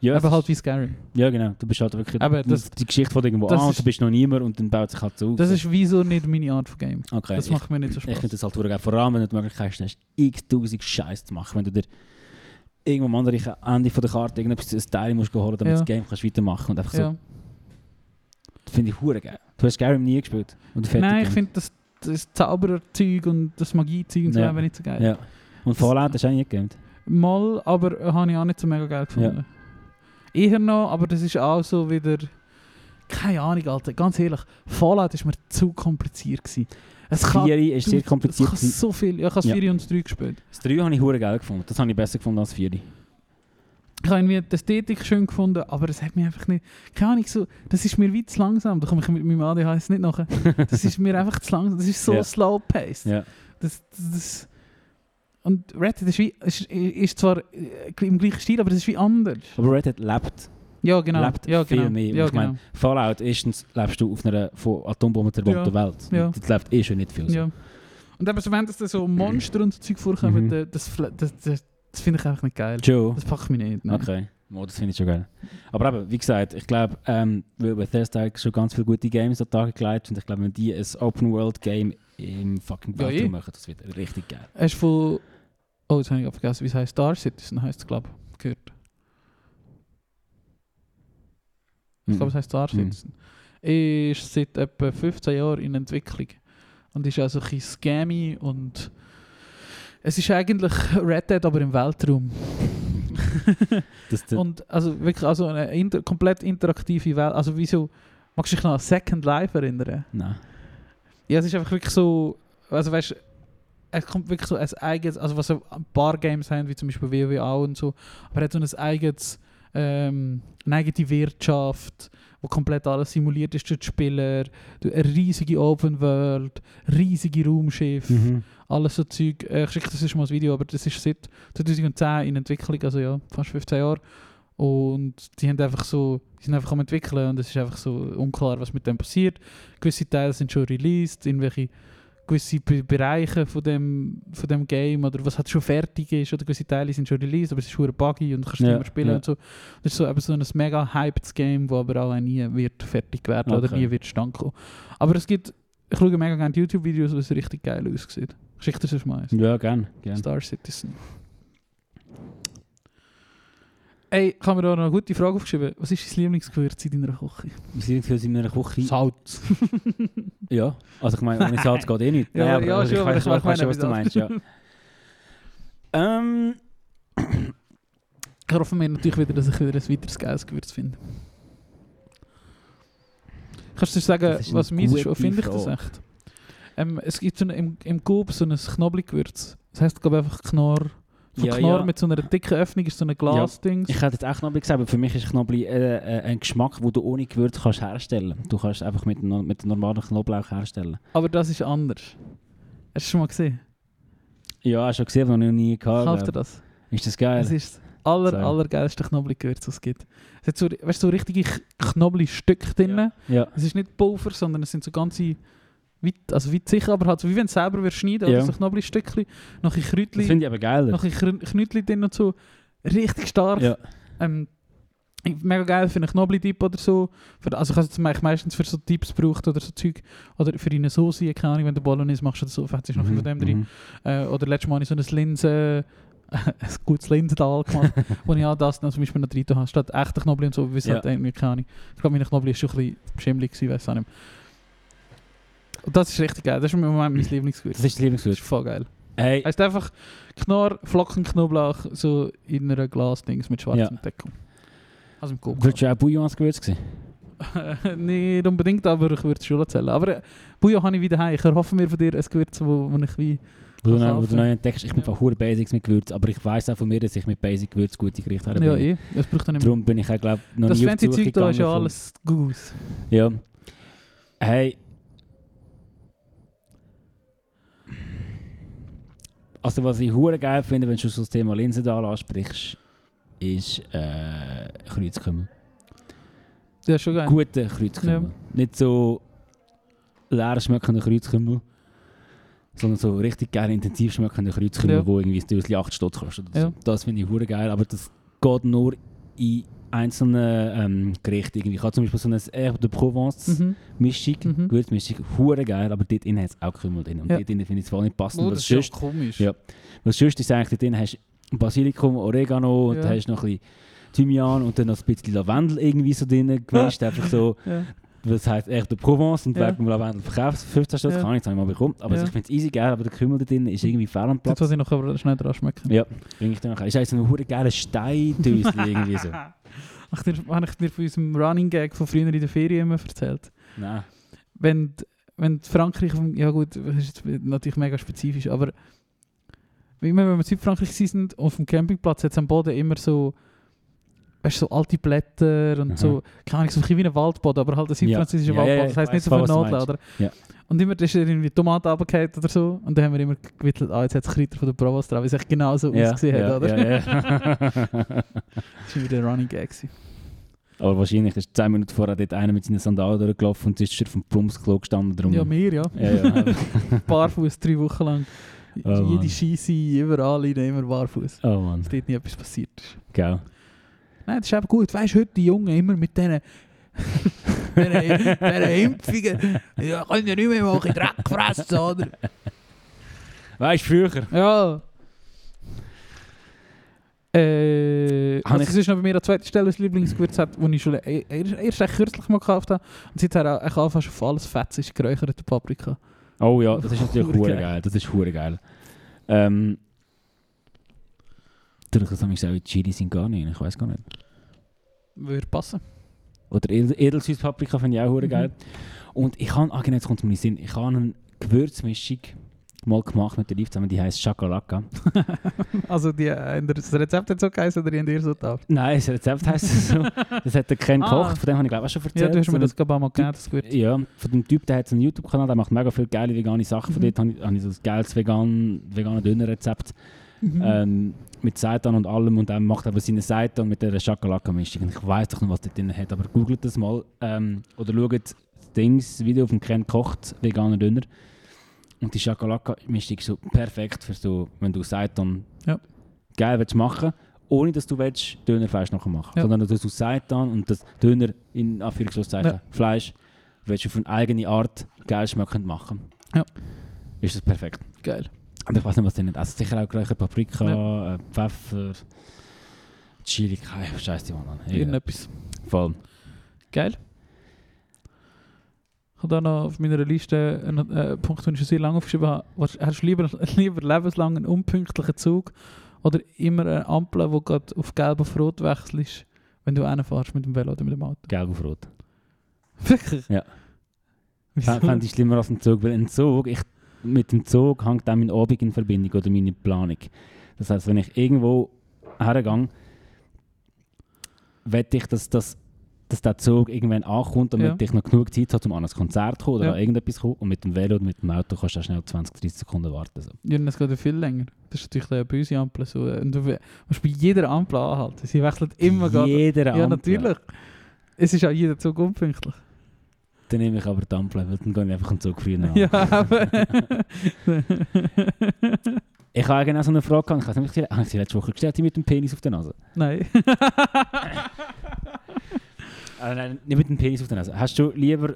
Ja, Aber es halt ist- wie Skyrim. ja genau. Du bist halt wirklich Aber das- die Geschichte von irgendwo das an, ist- du bist noch niemand und dann baut sich halt so auf. Das ist wieso nicht meine Art von Game. okay. Das ich- macht mir nicht so Ich finde Spaß. das halt verdammt geil. Vor allem, wenn du die Möglichkeit hast, x tausend Scheiß zu machen. Wenn du dir irgendwo am anderen Ende von der Karte irgendetwas ein Teil musst holen, damit Ja. das Game kannst weitermachen und einfach so. Ja. Das finde ich hure geil. Du hast Skyrim nie gespielt und fertig. Nein, ich Game. finde das, das Zaubererzeug und das Magie-Zeug und so Ja. einfach nicht so geil. Ja. Und Fallout hast du auch nicht gegeben. Mal, aber äh, habe ich auch nicht so mega geil gefunden. Eher noch, aber das ist auch so wieder... Keine Ahnung, Alter. Ganz ehrlich, Fallout war mir zu kompliziert. Gewesen. Es kann... Vieri ist du- sehr kompliziert. Es kann gewesen. so viel. Ja, ich habe Ja. 4 und 3 gespielt. Das 3 habe ich hure geil gefunden. Das habe ich besser gefunden als 4. Ich habe irgendwie die Ästhetik schön gefunden, aber es hat mich einfach nicht... Keine Ahnung, so, das ist mir wie zu langsam. Da komme ich mit meinem ADHS nicht nachher. Das ist mir einfach zu langsam. Das ist so Ja. slow-paced. Ja. Das, das, das und Red Dead ist, wie, ist, ist zwar äh, im gleichen Stil, aber es ist wie anders. Aber Red Dead lebt. Ja, genau. Lebt ja, viel genau. mehr. Ja, Ich meine, Fallout, erstens lebst du auf einer von Atombomben zerbombten Welt. Ja. Das lebt eh schon nicht viel. genau. so. ja. Und eben so, wenn das dann so Monster und so Zeug vorkommen, Mhm. da- das, fla- das, das, das finde ich einfach nicht geil. Joe. Das packt mich nicht. Nein. Okay, oh, das finde ich schon geil. Aber eben, wie gesagt, ich glaube, ähm, weil Bethesda hat schon ganz viele gute Games an den Tag gelegt und ich glaube, wenn die ein Open-World-Game im fucking Ja, Weltraum eh. machen, das wird richtig geil. Hast du von... Oh, jetzt habe ich auch vergessen, wie es heißt. Star Citizen heißt es, glaube ich. Gehört. Ich glaube, es heißt Star Mhm. Citizen. Ist seit etwa 15 Jahren in Entwicklung. Und ist also ein bisschen scammy und es ist eigentlich Red Dead, aber im Weltraum. das, das, Und also wirklich also eine inter komplett interaktive Welt. Also wieso, magst du dich noch an Second Life erinnern? nein. Ja, es ist einfach wirklich so, also weißt es kommt wirklich so ein eigenes, also was so ein paar Games haben, wie zum Beispiel WoW auch und so, aber er hat so ein eigenes, ähm, eine eigene Wirtschaft, wo komplett alles simuliert ist durch die Spieler, Du- eine riesige Open World, riesige Raumschiffe, Mhm. alles so Zeug. Äh, ich schicke das ist mal ein Video, aber das ist seit 2010 in Entwicklung, also ja, fast 15 Jahre. Und die haben einfach so, die sind einfach am entwickeln und es ist einfach so unklar, was mit dem passiert. Gewisse Teile sind schon released, irgendwelche gewisse Be Bereiche von dem, von dem Game oder was halt schon fertig ist oder gewisse Teile sind schon released, aber es ist hure buggy und du kannst Ja, nicht mehr spielen ja. und so. Das ist so, eben so ein mega hypedes Game, wo aber auch nie wird fertig werden oder Okay. nie wird stand kommen. Aber es gibt, ich schaue mega gerne die YouTube-Videos, dus wo es richtig geil aussieht. Ich schicke dir das mal eins. Ja, gern. gern. dus Star Citizen. Ey, ich habe mir da noch eine gute Frage aufgeschrieben. Was ist dein Lieblingsgewürz in deiner Küche? Wir sind für in meiner Küche. Salz. ja, also ich meine, ohne Salz geht eh nicht. Ja, Nein, aber ja, also schon, ich aber ich weiß meine, schon, weiss schon, was du meinst. Ja. ähm, Ich hoffe mir natürlich wieder, dass ich wieder ein weiteres geiles Gewürz finde. Kannst du dir sagen, Das ist was eine meins ist? gute Wo finde ich das Frage. echt? Ähm, es gibt so eine, im, im Coop so ein Knoblauchgewürz. Das heisst, glaube einfach Knorr. Von Ja, Knorr ja. mit so einer dicken Öffnung ist so ein Glasding. ich hätte jetzt auch Knoblauch gesagt, aber für mich ist Knoblauch äh, äh, ein Geschmack, den du ohne Gewürz kannst herstellen Du kannst einfach mit, no- mit dem normalen Knoblauch herstellen. Aber das ist anders. Hast du es schon mal gesehen? Ja, hast du schon gesehen, aber noch nie gehabt. Kauft ihr glaub. das? Ist das Es eh, geil? ist das aller, Sorry. allergeilste Knoblauchgewürz, das es gibt. Es hat so, weißt, du, so richtige K- Knoblauchstücke drin. Ja. Es ist nicht Pulver, sondern es sind so ganze, weit, also weit sicher, aber halt so, wie wenn du selber würdest schneiden Ja. oder so Knoblauchstückchen, noch ein Das Kräutchen, finde ich aber geiler. noch ein Krü- Knötchen drin und so. Richtig stark. Ja. Ähm, ich- mega geil für einen Knoblauch-Dip oder so. Für, also ich habe es jetzt eigentlich meistens für so Dips gebraucht oder so Zeug. Oder für eine Soße, keine Ahnung, wenn du Bolognese machst oder so, fett ist noch viel von dem drin. Mhm. Äh, oder letztes Mal habe ich so ein Linsen, ein gutes Linsental gemacht, wo ich auch das noch zum Beispiel noch drin habe. Statt echter Knoblauch und so, wie es Ja. halt irgendwie, keine Ahnung. Ich glaube, meine Knoblauch war schon ein bisschen schimmelig, gewesen, weiss auch nicht mehr. Und das ist richtig geil. Das ist im Moment mein Lieblingsgewürz. Das ist das Das Lieblingsgewürz. ist voll geil. Hey, Heißt einfach Knorr, Flocken Knoblauch, so in einer Glasdings mit schwarzem Ja. Deckel. Also im Kopf. würdest du auch Bouillon als Gewürz sehen? Nicht unbedingt, aber ich würde es schon erzählen. Aber äh, Bujo habe ich wieder heim. Ich erhoffe mir von dir ein Gewürz, wo, wo ich wie Wo du, Kann neu- wo du kaufen. neu entdeckst, ich bin von hure Basics mit Gewürz, aber ich weiss auch von mir, dass ich mit Basic Gewürz gute Gerichte habe. Ja, eh. Es braucht dann nicht mehr. Darum bin ich auch, glaube noch Das nie auf fancy die Zeug Suche da gegangen. ist ja von- alles Goose. Ja. Hey. Also was ich hure geil finde, wenn du so das Thema Linsendal ansprichst, ist äh, Kreuzkümmel. Ja, ist schon geil. Gute Kreuzkümmel. Äh. Ja. Nicht so leer schmeckende Kreuzkümmel, sondern so richtig geil intensiv schmeckende Kreuzkümmel, Ja. wo irgendwie ein Döschen 8 Stutz kostet. oder so. Ja. Das finde ich hure geil, aber das geht nur in einzelnen ähm, Gerichten. Irgendwie. Ich habe zum Beispiel so ein Herbe de Provence. Mhm. Mischung, Mhm. Gewürzmischung, hure geil, aber dort innen hat es auch Kümmel drin. Und Ja. dort innen finde ich es voll nicht passend. Oh, was, das ist sonst, ja komisch. Ja. was sonst ist eigentlich, dort innen hast du Basilikum, Oregano und Ja. dann hast du noch ein bisschen Thymian und dann noch ein bisschen Lavendel irgendwie so drin gemischt. Einfach so, Ja. das heißt echt der Provence und Ja. wegen dem Lavendel verkaufst du 15 Stutz, Ja. kann ich nicht, das habe ich mal bekommen. Aber Ja. ich finde es easy geil, aber der Kümmel dort innen ist irgendwie fehl am Jetzt Platz. muss ich noch aber schnell dran schmecken. Ja, bringe ich dann nachher. Ist eigentlich so ein hure geiler Steindösel irgendwie so. Ach, dir, habe ich dir von unserem Running Gag von früher in der Ferien immer erzählt? Nein. Wenn, d- wenn d Frankreich, auf dem- ja gut, das ist jetzt natürlich mega spezifisch, aber wie immer, wenn wir in Südfrankreich gewesen sind, auf dem Campingplatz hat es am Boden immer so, weißt, du, so alte Blätter und Aha. so, keine Ahnung, so ein bisschen wie ein Waldboden, aber halt ein südfranzösischer Ja, ja, Waldboden, ja, das heisst ich nicht so weiss viel voll, was du Nadel, oder? Ja. Und immer da ist irgendwie Tomate runtergefallen oder so und dann haben wir immer gewittelt, ah, jetzt hat es Kräuter von der Provence drauf, weil es echt genau so Ja, ausgesehen ja, hat, oder? Ja, ja. Oh, Das war wieder ein Running Gag. gewesen. Aber wahrscheinlich ist 10 Minuten vorher dort einer mit seinen Sandalen durchgelaufen und ist auf dem Plumpsklo gestanden. Drum. Ja, mehr, ja. ja, ja. barfuß drei Wochen lang. Oh, Mann. Jede Scheisse, überall rein, immer barfuß. Oh Mann, Dass dort nie etwas passiert ist. gell. Nein, das ist eben gut. Weißt du, heute die Jungen immer mit diesen. Diesen Impfungen. Ja, können ja nicht mehr mal in Dreck fressen, oder? Weißt du, früher? Ja. Äh, Habe was ich sonst noch bei mir an zweiter Stelle als Lieblingsgewürz hat, das ich schon e- erst, erst echt kürzlich mal gekauft habe. Und seither auch, auch fast auf alles fetz ist geräucherte Paprika. Oh ja, das ist natürlich Hure hure geil. geil. Das ist hure geil. Ähm, Natürlich sagen ich auch, Chili sind gar nicht, ich weiß gar nicht. Würde passen. Oder Edel Edelsüßpaprika finde ich auch hure Mhm. geil. Und ich habe, ah genau, jetzt kommt es mir in den Sinn, ich habe eine Gewürzmischung mal gemacht mit der Liv zusammen, die heisst Chakalaka. Also, die, äh, das Rezept hat so geheißen, oder die haben ihr so gedacht? Nein, das Rezept heisst es so. Das hat der Ken Ah. gekocht, von dem habe ich glaube ich auch schon Ja, erzählt. du hast mir So das glaube ich mal gegeben, das gehört. Ja, von dem Typ, der hat einen YouTube-Kanal, der macht mega viele geile vegane Sachen. Von Mhm. dort habe ich, habe ich so ein geiles vegan, veganes Dönerrezept Mhm. Äh, ähm, mit Seitan und allem. Und er macht aber seine Seitan mit dieser Schakalaka-Mischung. Und Ich weiß doch nicht, was dort drin hat, aber googelt das mal. Ähm, oder schaut das Dings Video von Ken kocht, veganer Döner. Und die Schakalaka-Mischung ist so perfekt für so, wenn du Seitan Ja. geil willst machen ohne dass du willst, Dönerfleisch nachher machen. Ja. Sondern dass du Seitan und das Döner in Anführungszeichen Ja. Fleisch willst du auf eine eigene Art geil schmeckend machen. Ja. Ist das perfekt. Geil. Aber ich weiß nicht, was die nicht essen. Sicher auch gleich Paprika, äh, Pfeffer, Chili, keine Scheiße, die Mann. Ja, Irgendetwas. voll. Geil. Ich habe da noch auf meiner Liste einen äh, Punkt, den ich schon sehr lange aufgeschrieben habe. Was, hast du lieber, lieber lebenslang einen unpünktlichen Zug oder immer eine Ampel, die gerade auf gelb auf rot wechselst, wenn du reinfährst mit dem Velo oder mit dem Auto? Gelb auf rot. Wirklich? Ja. Wieso? Fä- Fände ich schlimmer als ein Zug, weil ein Zug, ich, mit dem Zug hängt dann mein Abend in Verbindung oder meine Planung. Das heißt, wenn ich irgendwo hergehe, wette ich, dass, dass, dass der Zug irgendwann ankommt, damit Ja. ich noch genug Zeit habe, um an ein Konzert zu kommen oder Ja. an irgendetwas zu kommen. Und mit dem Velo oder mit dem Auto kannst du auch schnell 20, 30 Sekunden warten. So. Ja, das geht ja viel länger. Das ist natürlich eine böse Ampel. So. äh, Und du we- musst bei jeder Ampel anhalten. Sie wechselt immer gerade. Jeder Ja, Ampel. natürlich. Es ist auch jeder Zug unpünktlich. Dann nehme ich aber die Ampel, weil dann gehe ich einfach einen Zug früher an. Ja, aber. Ich habe genau so eine Frage gehabt, ich weiß nicht, ob ich sie- habe ich sie letzte Woche gestellt, die mit dem Penis auf der Nase. Nein. Ah, nein, nicht mit dem Penis auf der Nase. Hast du lieber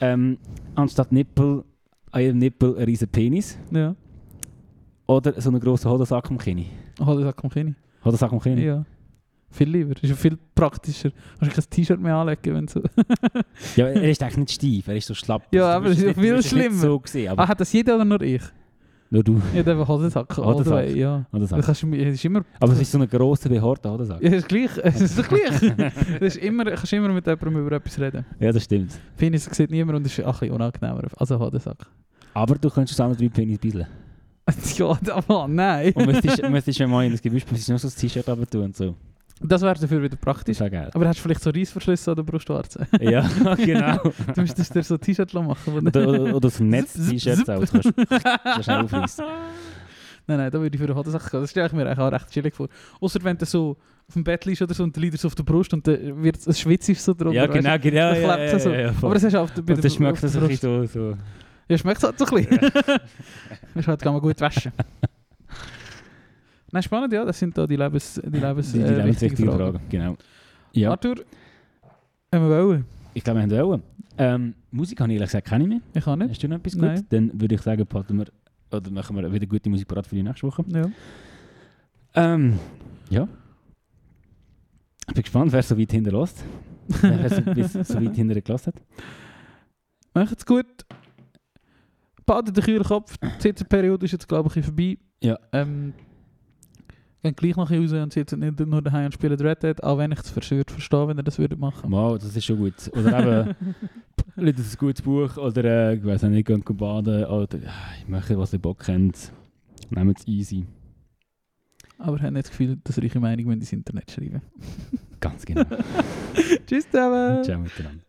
ähm, anstatt Nippel an jedem Nippel einen riesen Penis ja. oder so einen grossen Hodensack am Kinn? Oh, das kommt keine. Hodensack am Kinn? Ja. Viel lieber. Ist ja viel praktischer. Kannst du kein T-Shirt mehr anlegen, wenn so. Ja, er ist eigentlich nicht steif, er ist so schlapp. Ja, Du aber es wirst ist ja nicht- du wirst viel es nicht schlimmer. so gesehen, aber ah, hat das jeder oder nur ich? nur du. Ich habe einfach Hosensack. all the way, Hosensack. Ja. Du Hodensack. kannst, du- es ist immer. Aber es ist so ein grosser, behaarter Hodensack. Ja, es ist gleich. Es ist doch gleich. Es ist immer, kannst immer mit jemandem über etwas reden. Ja, das stimmt. Penis sieht niemand und ist auch ein bisschen unangenehmer. Also Hosensack. Aber du könntest zusammen drei Penis bisseln. ja, da- Mann, nein. Und müsstest, müsstest du mal in das Gebüsch, müsstest du noch so ein T-Shirt runter tun und so. Das wäre dafür wieder Das praktisch. wäre geil. Aber hast du vielleicht so Reissverschlüsse an der Brustwarze? Ja, genau. Du müsstest dir so ein T-Shirt machen. wo- Oder, oder, oder so ein Netz-T-Shirt auch. Das kannst du kannst schnell aufreißen. Nein, nein, da würde ich für eine Hodensache gehen. Das stelle ich mir eigentlich auch recht chillig vor. Außer wenn du so auf dem Bett liegst oder so und der Lieder so auf der Brust und dann wird es schwitzig so drunter. Ja, weißt du? genau, genau. Ja, Dann ja, klebt es so. ja, ja, voll. Aber das hast du auch bei Und dann schmeckt das so ein Brust. bisschen so. so. Ja, schmeckt es halt so ein bisschen. Ist halt, kann man gut waschen. Nein, spannend, ja, das sind da die Lebens... Die Lebens... Die, die äh, lebenswichtige wichtigen Fragen. Frage. Genau. Ja, Arthur, haben wir wollen? ich glaube, wir haben auch. Ähm, Musik habe ich ehrlich gesagt keine mehr. Ich kann nicht. Hast du noch etwas gut? Nein. Dann würde ich sagen, packen wir, oder machen wir wieder gute Musik parat für die nächste Woche. Ja. Ähm, ja. Ich bin gespannt, wer so weit hinterlässt. wer so, bis, so weit hinterher gelassen hat. Macht's gut. Badet euch euren Kopf. Die Sitzperiode ist jetzt, glaube ich, ein bisschen vorbei. Ja. Ähm, geht gleich noch ein bisschen raus und sitzen nicht nur daheim und spielen Red Dead, auch wenn ich es verstört verstehe, wenn ihr das würdet machen. Wow, das ist schon gut. Oder eben, Leute, ein gutes Buch. Oder, äh, ich weiß nicht, gehen baden. Oder, ja, ich mache, was ihr Bock habt. Nehmt es easy. Aber habt nicht das Gefühl, dass ihr eure Meinung müsst ins Internet schreiben Ganz genau. Tschüss zusammen. Ciao miteinander.